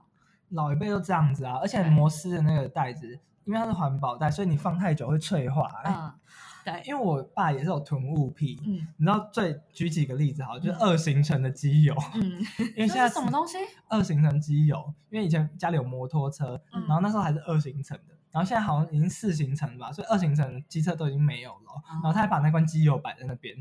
[SPEAKER 2] 老一辈都这样子啊，而且摩斯的那个袋子，因为它是环保袋，所以你放太久会脆化。
[SPEAKER 3] 嗯，
[SPEAKER 1] 对，
[SPEAKER 2] 因为我爸也是有囤物癖，
[SPEAKER 3] 嗯
[SPEAKER 2] 你知道最举几个例子好了，就是
[SPEAKER 3] 嗯
[SPEAKER 2] 二行程的机油，
[SPEAKER 3] 嗯，
[SPEAKER 2] 因为现
[SPEAKER 1] 这
[SPEAKER 2] 在
[SPEAKER 1] 是什么东西？
[SPEAKER 2] 二行程机油，因为以前家里有摩托车，
[SPEAKER 3] 嗯
[SPEAKER 2] 然后那时候还是二行程的，然后现在好像已经四行程了吧，所以二行程的机车都已经没有了。
[SPEAKER 1] 哦
[SPEAKER 2] 然后他还把那罐机油摆在那 边，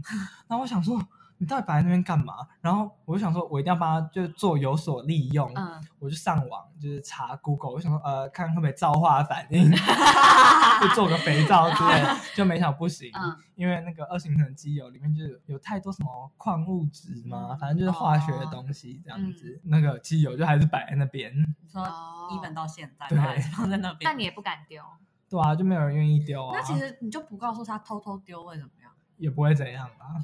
[SPEAKER 2] 然后我想说你到底摆在那边干嘛？然后我就想说我一定要帮他就是做有所利用，
[SPEAKER 3] 嗯，
[SPEAKER 2] 我就上网就是查 Google，我想说呃看会不会造化反 应，就做个肥皂之类的，就没想不行，
[SPEAKER 3] 嗯
[SPEAKER 2] 因为那个二型程机油里面就是有太多什么矿物质嘛，
[SPEAKER 1] 嗯
[SPEAKER 2] 反正就是化学的东西这样
[SPEAKER 3] 嗯
[SPEAKER 2] 子，那个机油就还是摆在那边，
[SPEAKER 1] 你说一本
[SPEAKER 3] 哦，
[SPEAKER 1] 到现在，
[SPEAKER 2] 对
[SPEAKER 1] 然后还是放在那边。
[SPEAKER 3] 但你也不敢丢，
[SPEAKER 2] 对啊，就没有人愿意丢啊，
[SPEAKER 1] 那其实你就不告诉他偷偷丢会怎么样？
[SPEAKER 2] 也不会怎样啊，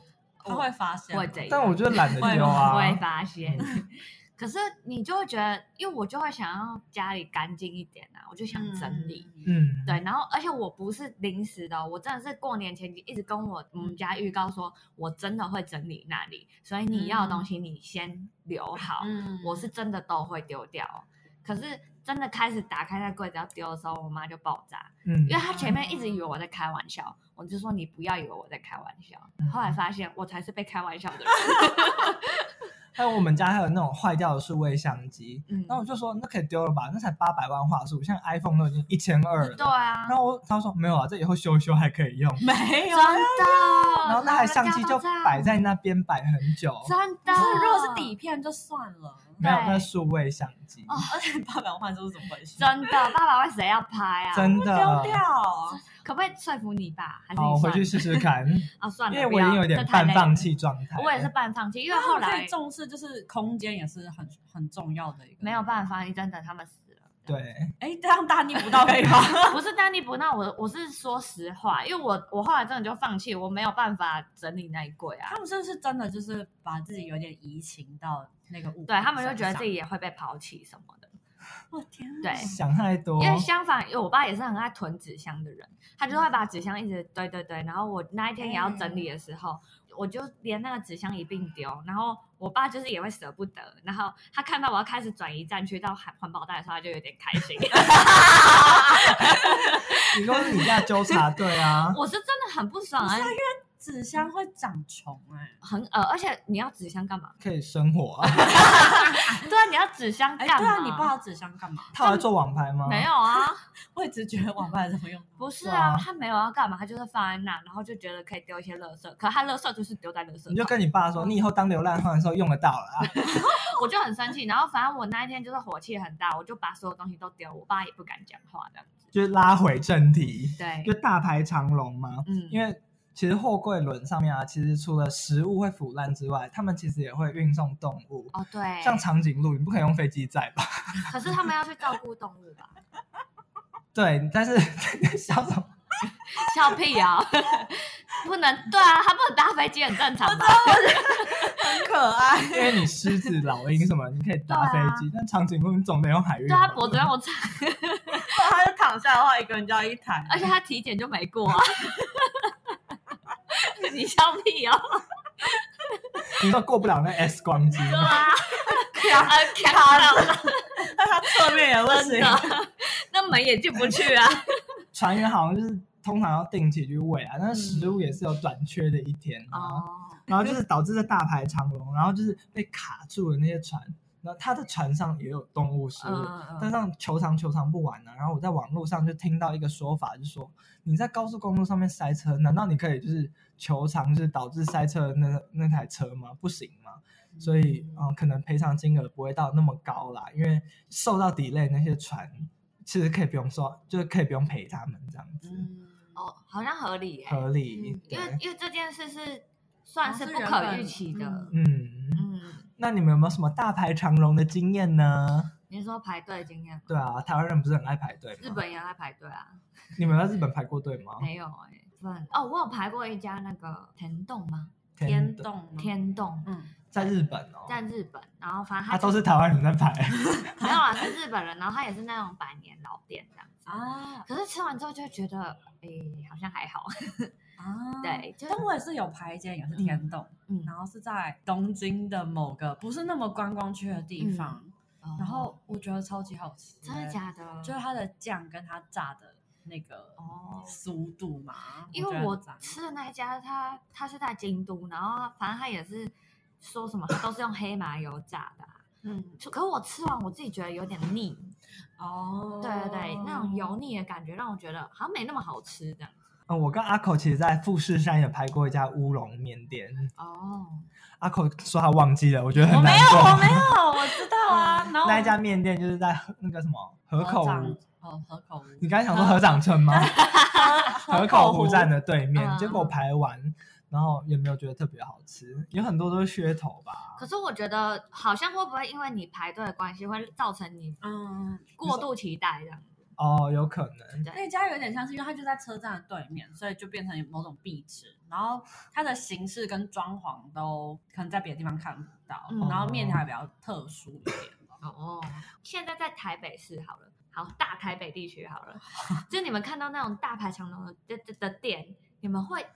[SPEAKER 1] 他会发现吗，
[SPEAKER 3] 会怎样
[SPEAKER 2] 但我就懒得
[SPEAKER 1] 会
[SPEAKER 2] 丢
[SPEAKER 1] 吗
[SPEAKER 2] 啊，
[SPEAKER 3] 啊会发现。 可是你就会觉得，因为我就会想要家里干净一点啊，我就想整理。
[SPEAKER 1] 嗯。
[SPEAKER 2] 嗯，
[SPEAKER 3] 对，然后而且我不是临时的哦，我真的是过年前一直跟我我们家预告说，我真的会整理那里，所以你要的东西你先留好，
[SPEAKER 1] 嗯
[SPEAKER 3] 我是真的都会丢掉。可是真的开始打开那柜子要丢的时候，我妈就爆炸，
[SPEAKER 2] 嗯
[SPEAKER 3] 因为她前面一直以为我在开玩笑，我就说你不要以为我在开玩笑，
[SPEAKER 2] 嗯
[SPEAKER 3] 后来发现我才是被开玩笑的人。
[SPEAKER 2] 还有我们家还有那种坏掉的数位相机，
[SPEAKER 3] 嗯，
[SPEAKER 2] 然后我就说那可以丢了吧，那才八百万画素，像 iPhone 都已经一千二了。
[SPEAKER 3] 对啊，
[SPEAKER 2] 然后我他说没有啊，这以后修一修还可以
[SPEAKER 3] 哦
[SPEAKER 2] 用。
[SPEAKER 1] 没
[SPEAKER 3] 真
[SPEAKER 1] 有啊。
[SPEAKER 3] 的，
[SPEAKER 2] 然后那台相机就摆在那边摆很久，
[SPEAKER 3] 真的，哦
[SPEAKER 1] 不是，如果是底片就算了，
[SPEAKER 2] 没有
[SPEAKER 3] 对
[SPEAKER 2] 那数位相机，
[SPEAKER 3] 哦
[SPEAKER 1] 而且八百万就是怎么回事？
[SPEAKER 3] 真的八百万谁要拍啊？
[SPEAKER 2] 真
[SPEAKER 1] 不丢
[SPEAKER 2] 的。
[SPEAKER 1] 掉，
[SPEAKER 3] 可不可以说服你爸？还是
[SPEAKER 2] 好，
[SPEAKER 3] 你
[SPEAKER 2] 我
[SPEAKER 3] 算
[SPEAKER 2] 回
[SPEAKER 3] 了
[SPEAKER 2] 去试试看，
[SPEAKER 3] 啊？算了，
[SPEAKER 2] 因为
[SPEAKER 3] 不
[SPEAKER 2] 我已
[SPEAKER 3] 要
[SPEAKER 2] 经有点
[SPEAKER 3] 这太
[SPEAKER 2] 半
[SPEAKER 3] 累
[SPEAKER 2] 放
[SPEAKER 3] 了
[SPEAKER 2] 弃状态。
[SPEAKER 3] 我也是。半放弃，因为后
[SPEAKER 1] 他们可
[SPEAKER 3] 来
[SPEAKER 1] 以重视，就是空间也是很很重要的一个。
[SPEAKER 3] 没有，办法，真的他们死了。
[SPEAKER 2] 对，
[SPEAKER 1] 哎，这样大逆不道可 以吗？
[SPEAKER 3] 不是丹尼不那我我是说实话，因为我我后来真的就放弃，我没有办法整理那一柜啊
[SPEAKER 1] 他。们是不是真的就是把自己有点移情到那个物品
[SPEAKER 3] 对他们就觉得
[SPEAKER 1] 身上
[SPEAKER 3] 自己，也会被抛弃什么的，
[SPEAKER 1] 我天啊，
[SPEAKER 3] 对
[SPEAKER 2] 想太多。
[SPEAKER 1] 哦
[SPEAKER 3] 因为相反，因为我爸也是很爱囤纸箱的人，他
[SPEAKER 1] 嗯
[SPEAKER 3] 就会把纸箱一直堆堆堆。然后我那一天也要整理的时候，我就连那个纸箱一并丢。然后我爸就是也会舍不得，然后他看到我要开始转移战区到环环保袋的时候，他就有点开 心。，
[SPEAKER 2] 你说是你家纠察队啊
[SPEAKER 3] 我是真的很不爽
[SPEAKER 1] 不
[SPEAKER 3] 啊
[SPEAKER 1] 是啊，纸箱会长虫哎，
[SPEAKER 3] 很呃，而且你要纸箱干嘛？
[SPEAKER 2] 可以生活啊。
[SPEAKER 3] 对啊，你要纸箱
[SPEAKER 1] 哎，
[SPEAKER 3] 干嘛？
[SPEAKER 1] 对啊，你爸纸箱干嘛？
[SPEAKER 2] 他有在做网拍吗？
[SPEAKER 3] 没有 啊，
[SPEAKER 1] 我也只觉得网拍怎么用？
[SPEAKER 3] 不是
[SPEAKER 2] 对啊
[SPEAKER 3] 啊，他没有要干嘛，他就是放在那，然后就觉得可以丢一些垃圾，可他垃圾就是丢在垃圾桶。
[SPEAKER 2] 你就跟你爸说，你以后当流浪汉的时候用得到了啊。
[SPEAKER 3] 我就很生气，然后反正我那一天就是火气很大，我就把所有东西都丢，我爸也不敢讲话这样子。
[SPEAKER 2] 就是拉回正题，就
[SPEAKER 3] 对，
[SPEAKER 2] 大排长龙嘛。
[SPEAKER 3] 嗯，
[SPEAKER 2] 因为其实货柜轮上面啊，其实除了食物会腐烂之外，他们其实也会运送动物，
[SPEAKER 3] 哦对，
[SPEAKER 2] 像长颈鹿，你不可以用飞机载吧？
[SPEAKER 3] 可是他们要去照顾动物吧？
[SPEAKER 2] 对，但是 小总
[SPEAKER 3] 笑屁啊、 不能，对啊，他不能搭飞机很正常吧？
[SPEAKER 1] 很可爱，
[SPEAKER 2] 因为你狮子、 老鹰什么，你可以搭飞机，但长颈鹿你总得用海运
[SPEAKER 3] 啊对
[SPEAKER 2] 吧。
[SPEAKER 3] 他脖子让我长，
[SPEAKER 1] 他就躺下的话，一个人就要一台，
[SPEAKER 3] 而且他体检就没过啊。 你笑屁 哦、
[SPEAKER 2] 你都过不了那 X 光机。
[SPEAKER 3] 对啊，很卡了，
[SPEAKER 1] 但他侧面也不
[SPEAKER 3] 真
[SPEAKER 1] 行。
[SPEAKER 3] 的， 那门也进不去 啊。
[SPEAKER 2] 船员好像就是通常要定期去喂啊，但是食物也是有短缺的一天啊。
[SPEAKER 3] 嗯哦，
[SPEAKER 2] 然后就是导致这大排长龙，然后就是被卡住的那些船，然后他的船上也有动物食物，
[SPEAKER 3] 嗯
[SPEAKER 2] 但
[SPEAKER 3] 嗯，
[SPEAKER 2] 上球场球场不玩呢、然后我在网络上就听到一个说法，就说你在高速公路上面塞车，难道你可以就是球场就是导致塞车的那那台车吗？不行吗？所以嗯、呃可能赔偿金额不会到那么高啦，因为受到 delay 那些船其实可以不用说，就是可以不用赔他们这样子，
[SPEAKER 1] 嗯，哦，
[SPEAKER 3] 哦，好像合理耶、
[SPEAKER 2] 合理。
[SPEAKER 1] 嗯
[SPEAKER 3] 因
[SPEAKER 2] 对，
[SPEAKER 3] 为因为这件事是算
[SPEAKER 1] 哦
[SPEAKER 3] 是
[SPEAKER 1] 是
[SPEAKER 3] 不
[SPEAKER 1] 人
[SPEAKER 3] 可
[SPEAKER 1] 本
[SPEAKER 3] 预期的，
[SPEAKER 1] 嗯
[SPEAKER 2] 嗯，
[SPEAKER 3] 嗯，
[SPEAKER 2] 那你们有没有什么大排长龙的经验呢？
[SPEAKER 3] 你说排队经验吗，
[SPEAKER 2] 对啊，台湾人不是很爱排队吗？
[SPEAKER 3] 日本也在排队啊？
[SPEAKER 2] 你们在日本排过队吗？
[SPEAKER 3] 没有哎、日本哦，我有排过一家那个田洞吗？
[SPEAKER 1] 天洞吗，
[SPEAKER 3] 天洞
[SPEAKER 1] 嗯，
[SPEAKER 2] 在日本哦，
[SPEAKER 3] 在日本，然后反正
[SPEAKER 2] 他
[SPEAKER 3] 他
[SPEAKER 2] 啊都是台湾人在排，
[SPEAKER 3] 没有啦，啊是日本人，然后他也是那种百年老店这样子。
[SPEAKER 1] 啊
[SPEAKER 3] 可是吃完之后就觉得，诶、好像还好。
[SPEAKER 1] 啊，。
[SPEAKER 3] 对，就是
[SPEAKER 1] 但我也是有排一间，也是天洞，
[SPEAKER 3] 嗯，
[SPEAKER 1] 然后是在东京的某个不是那么观光区的地方，
[SPEAKER 3] 哦
[SPEAKER 1] 然后我觉得超级好吃，
[SPEAKER 3] 真的假的？
[SPEAKER 1] 就是它的酱跟它炸的那个
[SPEAKER 3] 哦
[SPEAKER 1] 速度嘛，
[SPEAKER 3] 因
[SPEAKER 1] 觉
[SPEAKER 3] 为
[SPEAKER 1] 得
[SPEAKER 3] 我
[SPEAKER 1] 很脏
[SPEAKER 3] 吃的那一家，它它是在京都，然后反正它也是说什么，它都是用黑麻油炸的啊、
[SPEAKER 1] 嗯
[SPEAKER 3] 就可我吃完我自己觉得有点腻，
[SPEAKER 1] 哦，
[SPEAKER 3] 对对对，那种油腻的感觉让我觉得好像没那么好吃这样。
[SPEAKER 2] 嗯，我跟阿口其实，在富士山也拍过一家乌龙面店。
[SPEAKER 3] 哦，
[SPEAKER 2] 阿口说他忘记了，我觉得
[SPEAKER 3] 我
[SPEAKER 2] 很
[SPEAKER 3] 没
[SPEAKER 2] 难
[SPEAKER 3] 有，
[SPEAKER 2] 过。
[SPEAKER 3] 我没有，我知道 啊。然后
[SPEAKER 2] 那一家面店就是在河那个什么河口湖
[SPEAKER 1] 长，哦，河口湖啊
[SPEAKER 2] 你刚才想说河掌村吗？ 河口湖站的对面，
[SPEAKER 3] 嗯
[SPEAKER 2] 结果排完，然后也没有觉得特别好吃，有很多都是噱头吧。
[SPEAKER 3] 可是我觉得好像会不会因为你排队的关系，会造成你
[SPEAKER 1] 嗯，
[SPEAKER 3] 过度期待这样？
[SPEAKER 2] 哦，有可能。
[SPEAKER 1] 那家有点像是，因为它就在车站的对面，所以就变成某种壁纸。然后它的形式跟装潢都可能在别的地方看不到，
[SPEAKER 3] 嗯
[SPEAKER 1] 然后面条也比较特殊一点吧。
[SPEAKER 3] 哦，现在在台北市好了，好大台北地区好了，就你们看到那种大排长龙的的的的店，你们会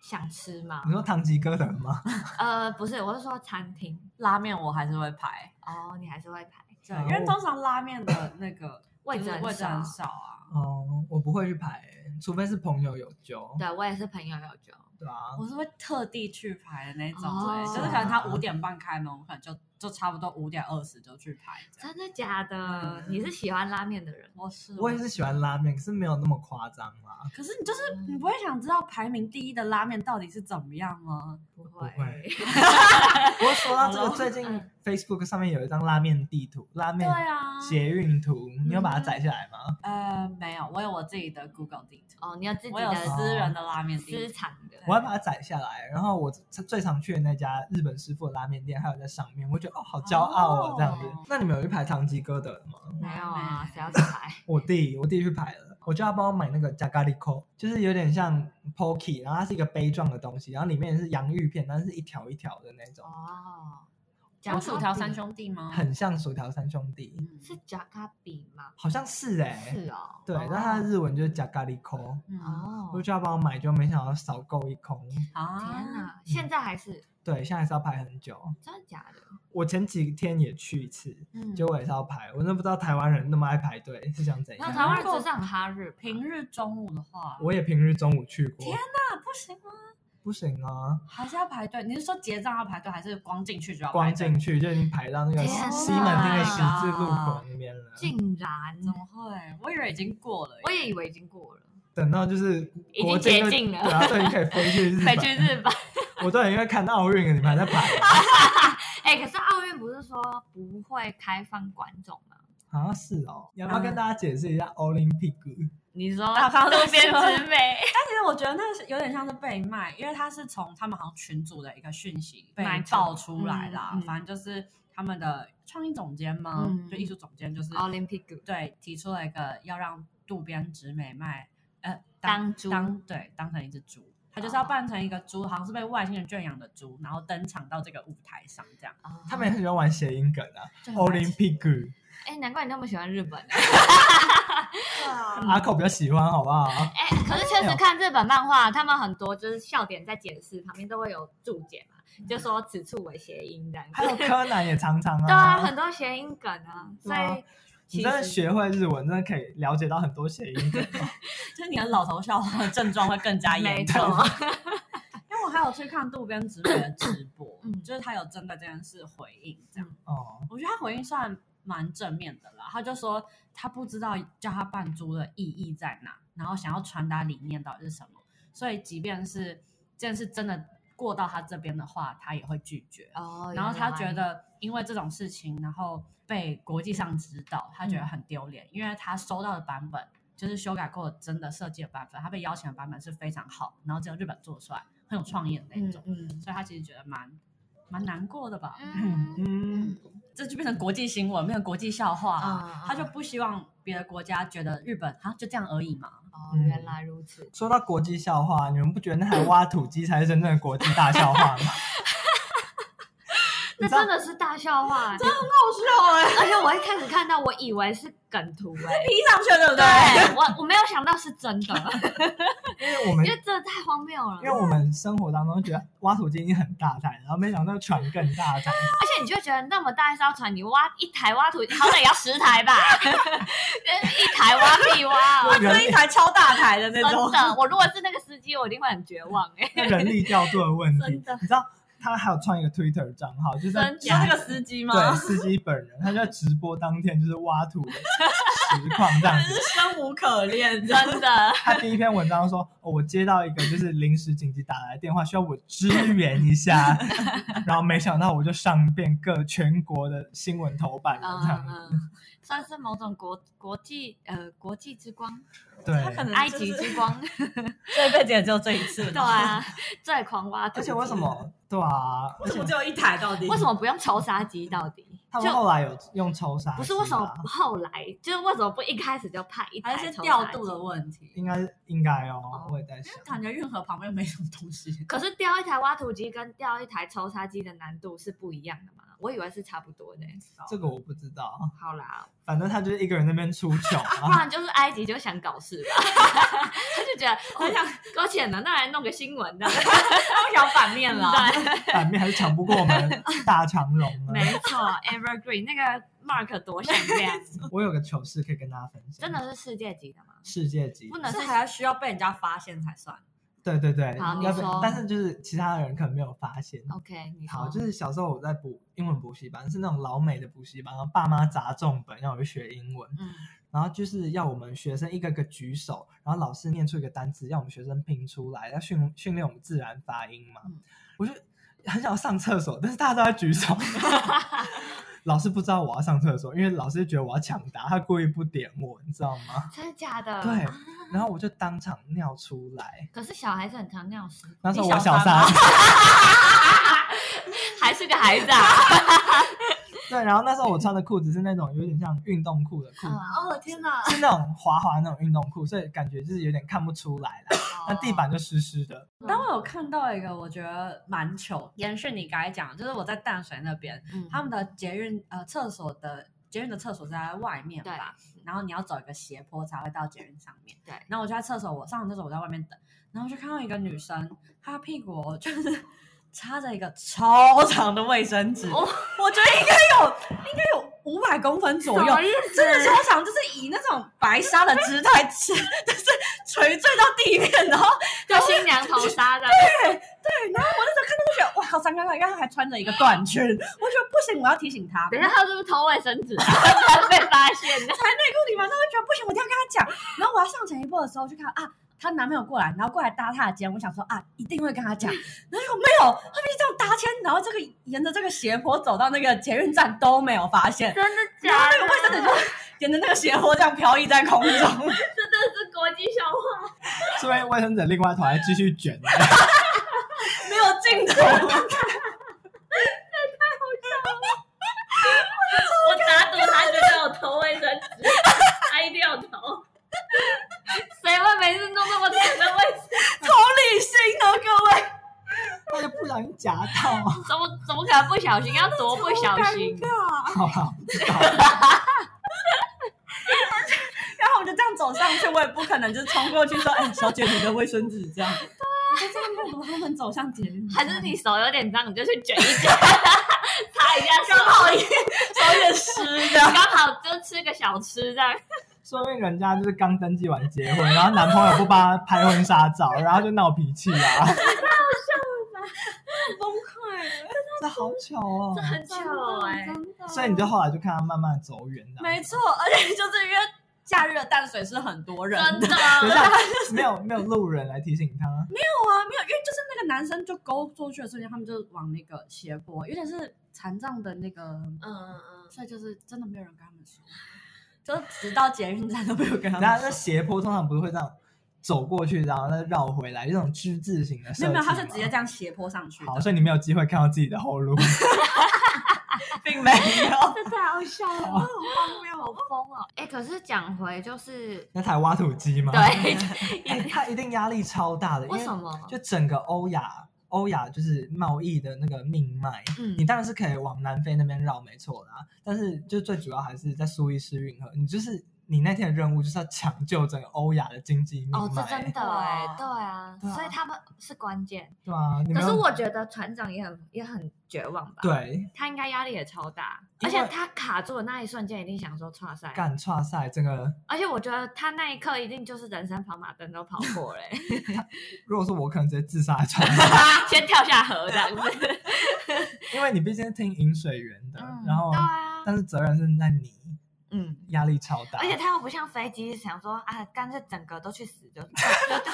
[SPEAKER 3] 想吃吗
[SPEAKER 2] 你？说唐吉诃德吗？
[SPEAKER 3] 呃，不是，我是说餐厅。
[SPEAKER 1] 拉面我还是会排，
[SPEAKER 3] 哦，你还是会排
[SPEAKER 1] 对，
[SPEAKER 2] 哦
[SPEAKER 1] 因为通常拉面的 那个
[SPEAKER 3] 位
[SPEAKER 1] 就
[SPEAKER 3] 置
[SPEAKER 1] 是
[SPEAKER 3] 很
[SPEAKER 1] 位置很
[SPEAKER 3] 少
[SPEAKER 1] 少啊。
[SPEAKER 2] 哦，我不会去排，除非是朋友有揪，
[SPEAKER 3] 对我也是朋友有酒，
[SPEAKER 2] 对啊。
[SPEAKER 1] 我是会特地去排的那种，
[SPEAKER 3] 哦
[SPEAKER 1] 对，就是可能他五点半开门，我可能就就差不多五点二十就去排这样。
[SPEAKER 3] 真的假的？
[SPEAKER 1] 嗯
[SPEAKER 3] 你是喜欢拉面的人？
[SPEAKER 1] 我是，
[SPEAKER 2] 我也是喜欢拉面，可是没有那么夸张啦。
[SPEAKER 1] 可是你就是你不会想知道排名第一的拉面到底是怎么样吗？
[SPEAKER 3] 不
[SPEAKER 2] 不
[SPEAKER 3] 会，
[SPEAKER 2] 会。 不过说到这个，
[SPEAKER 1] 好咯嗯
[SPEAKER 2] 最近 Facebook 上面有一张拉面地图，拉
[SPEAKER 1] 对
[SPEAKER 2] 面
[SPEAKER 1] 啊，嗯
[SPEAKER 2] 捷运图，你有把它载下来吗？
[SPEAKER 1] 呃，没有，我有我自己的 Google 地图，
[SPEAKER 3] 哦，你有自己
[SPEAKER 1] 我有
[SPEAKER 3] 的
[SPEAKER 1] 私人的拉面地
[SPEAKER 3] 私
[SPEAKER 1] 图。
[SPEAKER 3] 藏的
[SPEAKER 1] 对。
[SPEAKER 2] 我还把它载下来，然后我最常去的那家日本师傅的拉面店还有在上面，我觉得哦好骄傲哦
[SPEAKER 1] 哦
[SPEAKER 2] 这样子。那你们有去排唐吉诃德吗？
[SPEAKER 3] 没有啊，谁要去排？
[SPEAKER 2] 我弟，我弟去排了，我叫他帮我买那个加咖喱扣，就是有点像 pocky，然后它是一个杯状的东西，然后里面是洋芋片，但是一条一条的那种，
[SPEAKER 3] 哦，
[SPEAKER 1] 讲薯条
[SPEAKER 3] 比
[SPEAKER 1] 三兄弟吗？
[SPEAKER 2] 很像薯条三兄弟，
[SPEAKER 1] 嗯
[SPEAKER 3] 是贾卡比吗？
[SPEAKER 2] 好像是哎、
[SPEAKER 3] 是哦，
[SPEAKER 2] 对，
[SPEAKER 3] 哦
[SPEAKER 2] 那它的日文就是加咖喱扣。
[SPEAKER 1] 嗯
[SPEAKER 3] 哦，
[SPEAKER 2] 我就要帮我买，就没想到扫购一空。
[SPEAKER 3] 天
[SPEAKER 1] 啊，
[SPEAKER 3] 哪，现在还是
[SPEAKER 2] 对，现在是要排很久。
[SPEAKER 3] 真的假的？
[SPEAKER 2] 我前几天也去一次，
[SPEAKER 1] 嗯
[SPEAKER 2] 结果也是要排。我真的不知道台湾人那么爱排队是想怎
[SPEAKER 3] 那
[SPEAKER 2] 样。
[SPEAKER 3] 台湾人只是很哈日吧
[SPEAKER 1] 平日中午的话，
[SPEAKER 2] 我也平日中午去过
[SPEAKER 1] 天，那不行吗？
[SPEAKER 2] 不行啊，
[SPEAKER 1] 还是要排队？你是说结账要排队，还是光进去就要排
[SPEAKER 2] 光
[SPEAKER 1] 队？
[SPEAKER 2] 进去就已经排到那个
[SPEAKER 3] 天哪
[SPEAKER 2] 西门町的十字路口那边了。
[SPEAKER 3] 竟然，
[SPEAKER 1] 怎么会？我以为已经过了耶。
[SPEAKER 3] 我也以为已经过了，
[SPEAKER 2] 等到就是
[SPEAKER 3] 已
[SPEAKER 2] 国
[SPEAKER 3] 经解
[SPEAKER 2] 境就
[SPEAKER 3] 禁了，
[SPEAKER 2] 对啊，所以你可以飞去 日
[SPEAKER 3] 回去
[SPEAKER 2] 本。
[SPEAKER 3] 日本。
[SPEAKER 2] 我都很因为看到奥运了，你们还在排啊
[SPEAKER 3] 哎、可是奥运不是说不会开放观众吗？
[SPEAKER 2] 啊？是哦，你要不要
[SPEAKER 1] 嗯
[SPEAKER 2] 跟大家解释一下 Olympic？
[SPEAKER 3] 你说
[SPEAKER 1] 大方
[SPEAKER 3] 路
[SPEAKER 1] 的
[SPEAKER 3] 边
[SPEAKER 1] 说
[SPEAKER 3] 之美
[SPEAKER 1] 但其实我觉得那是有点像是被卖，因为他是从他们好像群组的一个讯息被
[SPEAKER 3] 卖出
[SPEAKER 1] 爆出来啦。
[SPEAKER 3] 嗯嗯
[SPEAKER 1] 反正就是他们的创意总监嘛，
[SPEAKER 3] 嗯
[SPEAKER 1] 就艺术总监，就是
[SPEAKER 3] 哦 Olympic
[SPEAKER 1] 对，提出了一个要让渡边直美卖呃
[SPEAKER 3] 当猪
[SPEAKER 1] 当对当成一只猪，他就是要
[SPEAKER 3] 哦
[SPEAKER 1] 扮成一个猪，好像是被外星人圈养的猪，然后登场到这个舞台上这样。
[SPEAKER 3] 哦
[SPEAKER 2] 他们也很喜欢玩谐音梗啊。
[SPEAKER 1] 就很白痴
[SPEAKER 2] Olympic，
[SPEAKER 3] 哎、难怪你那么喜欢日本、
[SPEAKER 2] 阿口比较喜欢，好不好？
[SPEAKER 3] 哎、可是确实看日本漫画，他们很多就是笑点在解释旁边都会有注解嘛，就说此处为谐音这样
[SPEAKER 2] 还有
[SPEAKER 3] 子。
[SPEAKER 2] 柯南也常常 啊。
[SPEAKER 3] 对啊，很多谐音梗啊，所
[SPEAKER 2] 对啊
[SPEAKER 3] 以
[SPEAKER 2] 你
[SPEAKER 3] 其
[SPEAKER 2] 真的
[SPEAKER 3] 实
[SPEAKER 2] 学会日文，真的可以了解到很多谐音梗。
[SPEAKER 1] 就是你的老头笑话的症状会更加
[SPEAKER 3] 没
[SPEAKER 1] 严重。
[SPEAKER 3] 错。
[SPEAKER 1] 因为我还有去看渡边直美的直播，
[SPEAKER 3] 嗯
[SPEAKER 1] 就是他有针对这件事回应这样。
[SPEAKER 2] 哦，
[SPEAKER 1] 我觉得他回应算蛮正面的啦，他就说他不知道叫他扮猪的意义在哪，然后想要传达理念到底是什么，所以即便是这件事真的过到他这边的话，他也会拒绝。
[SPEAKER 3] 哦
[SPEAKER 1] 然后他
[SPEAKER 3] 原
[SPEAKER 1] 觉
[SPEAKER 3] 来
[SPEAKER 1] 得因为这种事情，然后被国际上知道，他觉得很丢脸，因为他收到的版本就是修改过真的设计的版本，他被邀请的版本是非常好，然后只有日本做出来，很有创意的那种，
[SPEAKER 3] 嗯
[SPEAKER 1] 所以他其实觉得蛮蛮难过的吧。
[SPEAKER 3] 嗯嗯
[SPEAKER 2] 嗯，
[SPEAKER 1] 这就变成国际新闻，变成国际笑话、
[SPEAKER 3] 嗯嗯
[SPEAKER 1] 啊。他就不希望别的国家觉得日本啊就这样而已嘛。
[SPEAKER 3] 哦，
[SPEAKER 2] 嗯
[SPEAKER 3] 原来如此。
[SPEAKER 2] 说到国际笑话，你们不觉得那台挖土机才是真正的国际大笑话吗？你
[SPEAKER 3] 那
[SPEAKER 2] 知道
[SPEAKER 3] 真的是大笑 话、欸，
[SPEAKER 1] 好笑哎、
[SPEAKER 3] 而且我一开始看到，我以为是梗图哎、
[SPEAKER 1] 踢上去对不对？
[SPEAKER 3] 对 我我没有想到是真的，
[SPEAKER 2] 因为我们
[SPEAKER 3] 因为这太荒谬了。
[SPEAKER 2] 因为我们生活当中觉得挖土机已经很大台，然后没想到船更大台。
[SPEAKER 3] 而且你就会觉得那么大一艘船，你挖一台挖土，好歹也要十台吧？一台挖必挖 哦，
[SPEAKER 1] 推一台超大台的那
[SPEAKER 3] 真
[SPEAKER 1] 种，
[SPEAKER 3] 的。我如果是那个司机，我一定会很绝望 哎、
[SPEAKER 2] 那人力调度的问题，
[SPEAKER 3] 真的
[SPEAKER 2] 你知道他还有创一个 Twitter 账号，就是在
[SPEAKER 3] 真 的
[SPEAKER 1] 你说那个司 机吗？
[SPEAKER 2] 对司机本人，他就在直播当天就是挖土的实况这样
[SPEAKER 1] 真
[SPEAKER 2] 子
[SPEAKER 1] 是。生无可恋，真的
[SPEAKER 3] 真的。
[SPEAKER 2] 他第一篇文章说、哦我接到一个就是临时紧急打来的电话，需要我支援一下，然后没想到我就上遍各全国的新闻头版了这样
[SPEAKER 3] 嗯
[SPEAKER 2] 子。
[SPEAKER 3] 嗯，算是某种国国际呃国际之光，
[SPEAKER 1] 他可
[SPEAKER 2] 对，
[SPEAKER 1] 能
[SPEAKER 3] 埃
[SPEAKER 1] 就
[SPEAKER 3] 及
[SPEAKER 1] 是
[SPEAKER 3] 之光，
[SPEAKER 1] 这辈子也只有这一次。
[SPEAKER 3] 对，啊，最狂挖土
[SPEAKER 2] 而
[SPEAKER 3] 机。
[SPEAKER 2] 且为什么？对啊，
[SPEAKER 1] 为什么只有一台？到底
[SPEAKER 3] 为什？么不用抽杀机？到底
[SPEAKER 2] 他们
[SPEAKER 3] 就
[SPEAKER 2] 后来有用抽杀机吧，
[SPEAKER 3] 不是为什么
[SPEAKER 2] 啊
[SPEAKER 3] 后来，就是为什么不一开始就派一台
[SPEAKER 1] 还是
[SPEAKER 3] 抽
[SPEAKER 1] 调
[SPEAKER 3] 杀
[SPEAKER 1] 度
[SPEAKER 3] 机
[SPEAKER 1] 的问题？
[SPEAKER 2] 应该应该哦，
[SPEAKER 3] 哦
[SPEAKER 2] 我也在想。
[SPEAKER 1] 感觉运河旁边又没什么东西。
[SPEAKER 3] 可是调一台挖土机跟调一台抽沙机的难度是不一样的嘛？我以为是差不多的欸。
[SPEAKER 2] 这个我不知道，
[SPEAKER 3] 好
[SPEAKER 1] 啊
[SPEAKER 3] 啦，
[SPEAKER 2] 反正他就是一个人在那边出糗
[SPEAKER 3] 不
[SPEAKER 2] 啊。
[SPEAKER 3] 然就是埃及就想搞事 吧，他就觉得我想搁浅了，那来弄个新 闻的，
[SPEAKER 1] 他想反面了，
[SPEAKER 3] 对，
[SPEAKER 2] 反面还是抢不过我们大长啊龙呢。
[SPEAKER 3] 没错，Evergreen 那个 Mark 多响亮，
[SPEAKER 2] 我有个糗事可以跟大家分享，
[SPEAKER 3] 真的是世界级的吗？
[SPEAKER 2] 世界级
[SPEAKER 3] 不。能
[SPEAKER 1] 是
[SPEAKER 3] 是
[SPEAKER 1] 还要需要被人家发现才算。
[SPEAKER 2] 对对对，
[SPEAKER 3] 好你
[SPEAKER 2] 要不
[SPEAKER 3] 说
[SPEAKER 2] 但是就是其他人可能没有发现。
[SPEAKER 3] OK，你
[SPEAKER 2] 好，
[SPEAKER 3] 说
[SPEAKER 2] 就是小时候我在补英文补习班，是那种老美的补习班，然后爸妈砸重本让我去学英文，
[SPEAKER 3] 嗯，
[SPEAKER 2] 然后就是要我们学生一个个举手，然后老师念出一个单词，让我们学生拼出来，要训训练我们自然发音嘛。
[SPEAKER 3] 嗯
[SPEAKER 2] 我就很想上厕所，但是大家都在 举手，老师不知道我要上厕所，因为老师觉得我要抢答，他故意不点我，你知道吗？
[SPEAKER 3] 真的假的？
[SPEAKER 2] 对，然后我就当场尿出来。
[SPEAKER 3] 可是小孩子很常尿湿，
[SPEAKER 2] 那时候
[SPEAKER 1] 你
[SPEAKER 2] 我
[SPEAKER 1] 小
[SPEAKER 2] 小
[SPEAKER 1] 三
[SPEAKER 2] 三
[SPEAKER 1] 吗，
[SPEAKER 3] 还是个孩子 啊？
[SPEAKER 2] 对，然后那时候我穿的裤子是那种有点像运动裤的裤，
[SPEAKER 3] 哦天哪！
[SPEAKER 2] 是那种滑滑那种运动裤，所以感觉就是有点看不出来啦。
[SPEAKER 3] 哦
[SPEAKER 2] 那地板就湿湿的，
[SPEAKER 1] 当我有看到一个我觉得蛮糗，延续你刚才讲的，就是我在淡水那边，
[SPEAKER 3] 嗯
[SPEAKER 1] 他们的捷运呃厕所的捷运的厕所是在外面
[SPEAKER 3] 对嗯
[SPEAKER 1] 吧，然后你要走一个斜坡才会到捷运上面。
[SPEAKER 3] 对
[SPEAKER 1] 然后我就在厕所，我上完厕所我在外面等，然后就看到一个女生，她屁股哦就是 插着一个超长的卫生纸，
[SPEAKER 3] 哦
[SPEAKER 1] 我觉得应该有应该有五百公分左右
[SPEAKER 3] 什么意，
[SPEAKER 1] 真的超长，就是以那种白纱的姿态， 就是垂坠到地面，然后
[SPEAKER 3] 就新娘头纱的，
[SPEAKER 1] 对，然后我那时候看到就觉得哇，好伤感，因为她还穿着一个短裙，我觉得不行，我要提醒她。
[SPEAKER 3] 等一下他是不是偷卫生 纸啊？他被发现的，
[SPEAKER 1] 才内裤里面，那我觉得不行，我一定要跟他讲。然后我要上前一步的时候，就看到啊，她男朋友过来，然后过来搭她的肩，我想说啊，一定会跟他讲。然后就没有，他们就这样搭肩，然后这个沿着这个斜坡走到那个捷运站都没有发现，
[SPEAKER 3] 真的
[SPEAKER 1] 然后
[SPEAKER 3] 假
[SPEAKER 1] 那个
[SPEAKER 3] 的？
[SPEAKER 1] 卫生纸就沿着那个斜坡这样飘逸在空中。
[SPEAKER 3] 真的是国际笑话，
[SPEAKER 2] 所以卫生纸另外一头还继续卷。
[SPEAKER 1] 没有镜头，
[SPEAKER 3] 我打赌他绝对有偷卫生纸， 他一定有偷。谁会每次弄那么长的卫生？
[SPEAKER 1] 同理心哦，各位，
[SPEAKER 2] 他就不小心夹到，啊
[SPEAKER 3] 怎么怎么可能不小心？要多不小 心？
[SPEAKER 2] 好吧，不知道。
[SPEAKER 1] 然后我就这样走上去，我也不可能就是冲过去说，哎，小姐，你的卫生纸这样。就这样目睹他们走向捷运站，
[SPEAKER 3] 啊还是你手有点脏，你就去卷一 卷，擦一下手，刚好
[SPEAKER 1] 手也湿的。
[SPEAKER 3] 刚好就吃个小吃这样。
[SPEAKER 2] 说明人家就是刚登记完结婚，然后男朋友不帮他拍婚纱照，然后就闹脾气啊，
[SPEAKER 1] 崩溃啊了，
[SPEAKER 2] 这好巧哦。
[SPEAKER 3] 很糗哎、
[SPEAKER 2] 所以你就后来就看他慢慢走远的。
[SPEAKER 1] 没错，而且就是因为假日的淡水是很多人，
[SPEAKER 3] 真的。嗯
[SPEAKER 2] 等一下，没有没有路人来提醒他，
[SPEAKER 1] 有啊，没有，因为就是那个男生就勾过去的瞬间，他们就往那个斜坡，有点是残障的那个，
[SPEAKER 3] 嗯嗯嗯，
[SPEAKER 1] 所以就是真的没有人跟他们说，就是直到捷运站都没有跟他
[SPEAKER 2] 人家
[SPEAKER 1] 们
[SPEAKER 2] 那
[SPEAKER 1] 说。
[SPEAKER 2] 斜坡通常不是会这样走过去，然后再绕回来，这种之字形的设计
[SPEAKER 1] 没
[SPEAKER 2] 吗。
[SPEAKER 1] 有没有，他是直接这样斜坡上去的，
[SPEAKER 2] 好，所以你没有机会看到自己的后路。
[SPEAKER 1] 并没有。
[SPEAKER 3] 这太好笑了，
[SPEAKER 1] 好荒谬
[SPEAKER 3] 好疯哦！哎、可是讲回就是，
[SPEAKER 2] 那台挖土机吗？
[SPEAKER 3] 对，
[SPEAKER 2] 哎，他一定压力超大的，因
[SPEAKER 3] 为什
[SPEAKER 2] 为
[SPEAKER 3] 么？
[SPEAKER 2] 就整个欧亚欧亚就是贸易的那个命脉，
[SPEAKER 3] 嗯
[SPEAKER 2] 你当然是可以往南非那边绕，没错啦。但是就最主要还是在苏伊士运河，你就是你那天的任务就是要抢救整个欧亚的经济命脉，
[SPEAKER 3] 哦，这真的
[SPEAKER 1] 哇
[SPEAKER 3] 哎，对啊，
[SPEAKER 2] 对啊
[SPEAKER 3] 所以他们是关键。
[SPEAKER 2] 对啊。你
[SPEAKER 3] 可
[SPEAKER 2] 们
[SPEAKER 3] 是我觉得船长也很也很绝望吧，
[SPEAKER 2] 对
[SPEAKER 3] 他应该压力也超大，
[SPEAKER 2] 因
[SPEAKER 3] 而
[SPEAKER 2] 为
[SPEAKER 3] 且他卡住的那一瞬间一定想说岔赛，
[SPEAKER 2] 干岔赛这个，
[SPEAKER 3] 而且我觉得他那一刻一定就是人生跑马灯都 跑过嘞、
[SPEAKER 2] 如果是我，可能直接自杀船，
[SPEAKER 3] 先跳下河这样
[SPEAKER 2] 啊
[SPEAKER 3] 子。
[SPEAKER 2] 因为你毕竟是听饮水员的，
[SPEAKER 3] 嗯
[SPEAKER 2] 然后、
[SPEAKER 3] 对啊，
[SPEAKER 2] 但是责任是在你，
[SPEAKER 3] 嗯。
[SPEAKER 2] 压力超大，
[SPEAKER 3] 而且他又不像飞机，想说啊，干脆整个都去死就，就就就，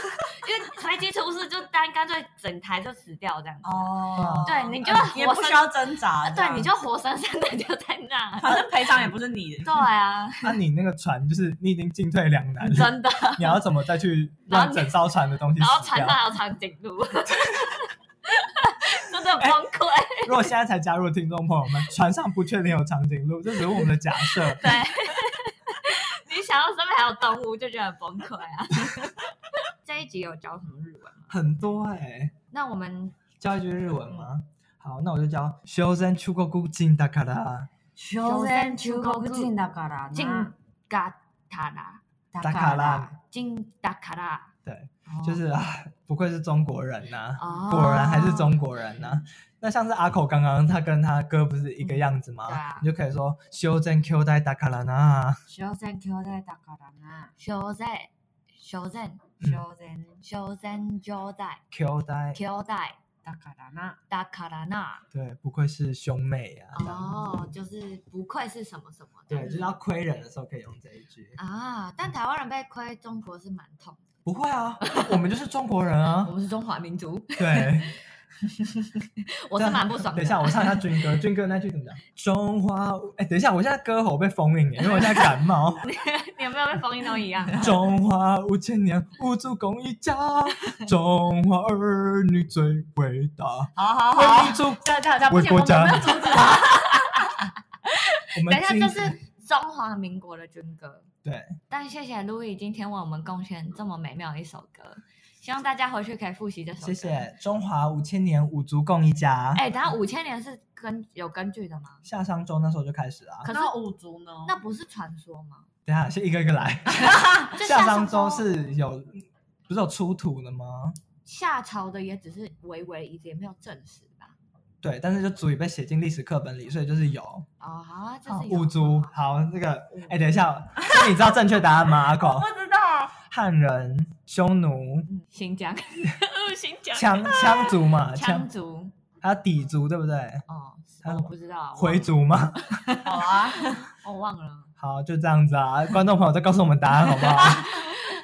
[SPEAKER 3] 因为飞机出事就单干脆整台就死掉这样子。
[SPEAKER 1] 哦
[SPEAKER 3] 对你就
[SPEAKER 1] 也
[SPEAKER 3] 活
[SPEAKER 1] 不
[SPEAKER 3] 生
[SPEAKER 1] 需要挣扎，这
[SPEAKER 3] 对，
[SPEAKER 1] 样
[SPEAKER 3] 你就活生生的就在那。
[SPEAKER 1] 反正赔偿也不是你 的
[SPEAKER 3] 对。啊，
[SPEAKER 2] 那、你那个船就是你已经进退两 难，
[SPEAKER 3] 真的。
[SPEAKER 2] 你要怎么再去让整艘船的东西
[SPEAKER 3] 然后
[SPEAKER 2] 死
[SPEAKER 3] 船
[SPEAKER 2] 掉
[SPEAKER 3] 上？还有长颈鹿， 真的崩溃。
[SPEAKER 2] 如果现在才加入听众朋友们，船上不确定有长颈 鹿，这只是我们的假设。
[SPEAKER 3] 对，你想到身边还有动物，就觉得很崩溃啊。 这一集有教什么日文吗？
[SPEAKER 2] 很多哎、
[SPEAKER 3] 那我们
[SPEAKER 2] 教一句日文吗？好，那我就教修身出国古金达卡拉
[SPEAKER 1] 修
[SPEAKER 3] 善中国人
[SPEAKER 1] だから
[SPEAKER 3] 进
[SPEAKER 2] 嗯
[SPEAKER 3] 嘎塔拉，
[SPEAKER 1] だ
[SPEAKER 2] 达卡拉，
[SPEAKER 3] 进达卡拉，
[SPEAKER 2] 对，就是啊，不愧是中国人啊呐、
[SPEAKER 3] 哦
[SPEAKER 2] 果然还是中国人呐、那像是阿口刚刚他跟他哥不是一个样子
[SPEAKER 3] 嗯
[SPEAKER 2] 吗？
[SPEAKER 3] 对啊
[SPEAKER 2] 你就可以说修真 Q 代达卡拉呐，
[SPEAKER 1] 修善兄弟だからな。
[SPEAKER 3] 修在修正
[SPEAKER 2] 嗯
[SPEAKER 1] 修善
[SPEAKER 3] 修正交代
[SPEAKER 2] Q 代，
[SPEAKER 3] 交代
[SPEAKER 1] だからな。
[SPEAKER 3] 达卡拉那。
[SPEAKER 2] 对，不愧是兄妹啊呀、这样
[SPEAKER 3] 哦，就是不愧是什么什么的。
[SPEAKER 2] 对，就是要亏人的时候可以用这一句。
[SPEAKER 3] 啊，但台湾人被亏，中国是蛮痛的。
[SPEAKER 2] 不会啊，我们就是中国人啊。
[SPEAKER 3] 们是中华民族，
[SPEAKER 2] 对，
[SPEAKER 3] 我是蛮不爽的。
[SPEAKER 2] 啊等一下，我唱一下 军歌，军歌那句怎么讲？中华，哎，等一下，我现在歌喉被封印耶，因为我现在感 冒。
[SPEAKER 3] 你有没有被封印都一样？
[SPEAKER 2] 中华五千年，五祖共一 家，中华儿女最伟 大，
[SPEAKER 1] 好好
[SPEAKER 2] 为
[SPEAKER 3] 啊
[SPEAKER 1] 好
[SPEAKER 2] 民，族，
[SPEAKER 1] 这这这不
[SPEAKER 2] 为
[SPEAKER 1] 行，
[SPEAKER 2] 国
[SPEAKER 1] 我们
[SPEAKER 2] 家
[SPEAKER 1] 没有阻止。
[SPEAKER 2] 我们
[SPEAKER 3] 等一下，
[SPEAKER 2] 今
[SPEAKER 3] 这是中华民国的军歌。
[SPEAKER 2] 对，
[SPEAKER 3] 但谢谢 Louis 今天为我们贡献这么美妙的一首歌，希望大家回去可以复习这首歌。
[SPEAKER 2] 谢。谢中华五千年，五族共一家。
[SPEAKER 3] 哎，等一下五千年是根有根据的吗？
[SPEAKER 2] 夏商周那时候就开始啊，
[SPEAKER 3] 可是
[SPEAKER 1] 那五族呢？
[SPEAKER 3] 那不是传说吗？
[SPEAKER 2] 等一下先一个一个来。
[SPEAKER 3] 啊就
[SPEAKER 2] 夏
[SPEAKER 3] 商
[SPEAKER 2] 商周是有，不是有出土的吗？
[SPEAKER 3] 夏朝的，也只是微微一点，没有证实吧？
[SPEAKER 2] 对，但是就足以被写进历史课本里，所以就是有。
[SPEAKER 3] 哦，好啊，这
[SPEAKER 2] 好
[SPEAKER 3] 是有
[SPEAKER 2] 五族，好，这个
[SPEAKER 3] 嗯，
[SPEAKER 2] 哎、等一下，所以你知道正确答案吗？阿狗，
[SPEAKER 1] 不知道。
[SPEAKER 2] 汉人、匈奴、
[SPEAKER 3] 嗯新疆，嗯新疆，
[SPEAKER 2] 羌羌族嘛，
[SPEAKER 3] 羌
[SPEAKER 2] 啊羌，
[SPEAKER 3] 族，
[SPEAKER 2] 还有氐族，对不对？
[SPEAKER 3] 哦，
[SPEAKER 2] 还
[SPEAKER 3] 我
[SPEAKER 2] 有什么
[SPEAKER 3] 不知道，我
[SPEAKER 2] 回族嘛，
[SPEAKER 1] 好啊，
[SPEAKER 3] 我忘了
[SPEAKER 2] 好，就这样子啊。观众朋友再告诉我们答案好 不好？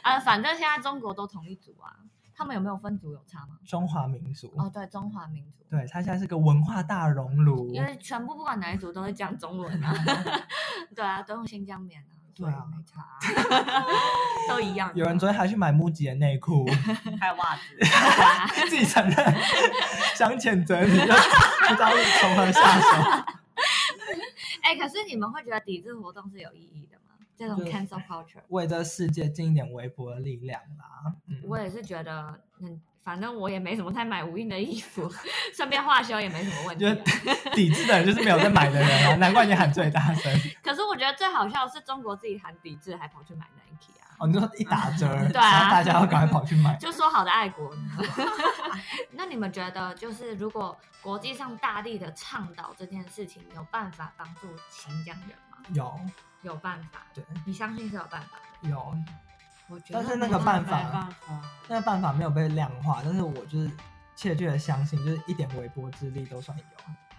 [SPEAKER 3] 啊，反正现在中国都同一族啊，他们有没有分族有差吗？
[SPEAKER 2] 中华民族，
[SPEAKER 3] 哦，对，中华民族，
[SPEAKER 2] 对，它现在是个文化大熔炉
[SPEAKER 3] 因。为全部不管哪一族都会讲中文啊， 对啊，都用新疆棉啊，
[SPEAKER 2] 对啊
[SPEAKER 3] 所以没差啊， 都一样啊。
[SPEAKER 2] 有人昨天还去买木吉的内 裤，
[SPEAKER 1] 还有袜子。
[SPEAKER 2] 自己承认，想谴责你，就不知道从何下手。
[SPEAKER 3] 哎，可是你们会觉得抵制活动是有意义的吗？这种
[SPEAKER 2] 就
[SPEAKER 3] cancel culture，
[SPEAKER 2] 为这世界尽一点微薄的力量啦。嗯，
[SPEAKER 3] 我也是觉得，嗯，反正我也没什么太买无印的衣服， 顺便化修也没什么问题啊、
[SPEAKER 2] 就抵制的人就是没有在买的人啊，难怪你喊最大声。
[SPEAKER 3] 可是我觉得最好笑的是中国自己喊抵制，还跑去买 Nike 啊，
[SPEAKER 2] 哦，你说一打折，然 后
[SPEAKER 3] 对啊
[SPEAKER 2] 大家要赶快跑去买。
[SPEAKER 3] 就说好的爱国呢。 那你们觉得，就是如果国际上大力的倡导这件事情，有办法帮助新疆人吗？
[SPEAKER 2] 有
[SPEAKER 3] 有办法，
[SPEAKER 2] 对
[SPEAKER 3] 你相信是有办法的？
[SPEAKER 2] 有，
[SPEAKER 3] 我觉得
[SPEAKER 2] 但是那
[SPEAKER 3] 没
[SPEAKER 2] 个
[SPEAKER 3] 有
[SPEAKER 2] 办
[SPEAKER 1] 没
[SPEAKER 2] 法，
[SPEAKER 1] 办法。
[SPEAKER 2] 那个办法没有被量化，但是我就是切切的相信，就是一点微薄之力都算有。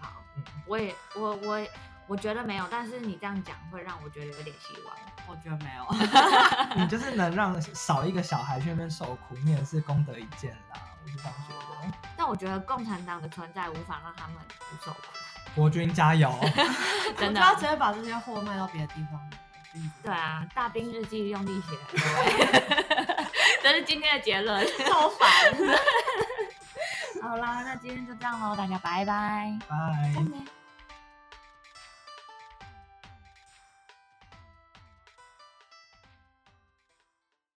[SPEAKER 3] 好
[SPEAKER 2] 嗯，
[SPEAKER 3] 我也我我我觉得没有，但是你这样讲会让我觉得有点希望。
[SPEAKER 1] 我觉得没有。
[SPEAKER 2] 你就是能让少一个小孩去那边受苦，你也是功德一件啦，我是这样觉得。
[SPEAKER 3] 但我觉得共产党的存在无法让他们不受苦，
[SPEAKER 2] 国军加油！
[SPEAKER 3] 真的啊
[SPEAKER 1] 我。就要直接把这些货卖到别的地方。
[SPEAKER 3] 对啊，大兵日记用力写， 这是今天的结论。
[SPEAKER 1] 超 烦。
[SPEAKER 3] 好啦，那今天就这样喽，大家拜拜。
[SPEAKER 2] 拜。
[SPEAKER 3] 再见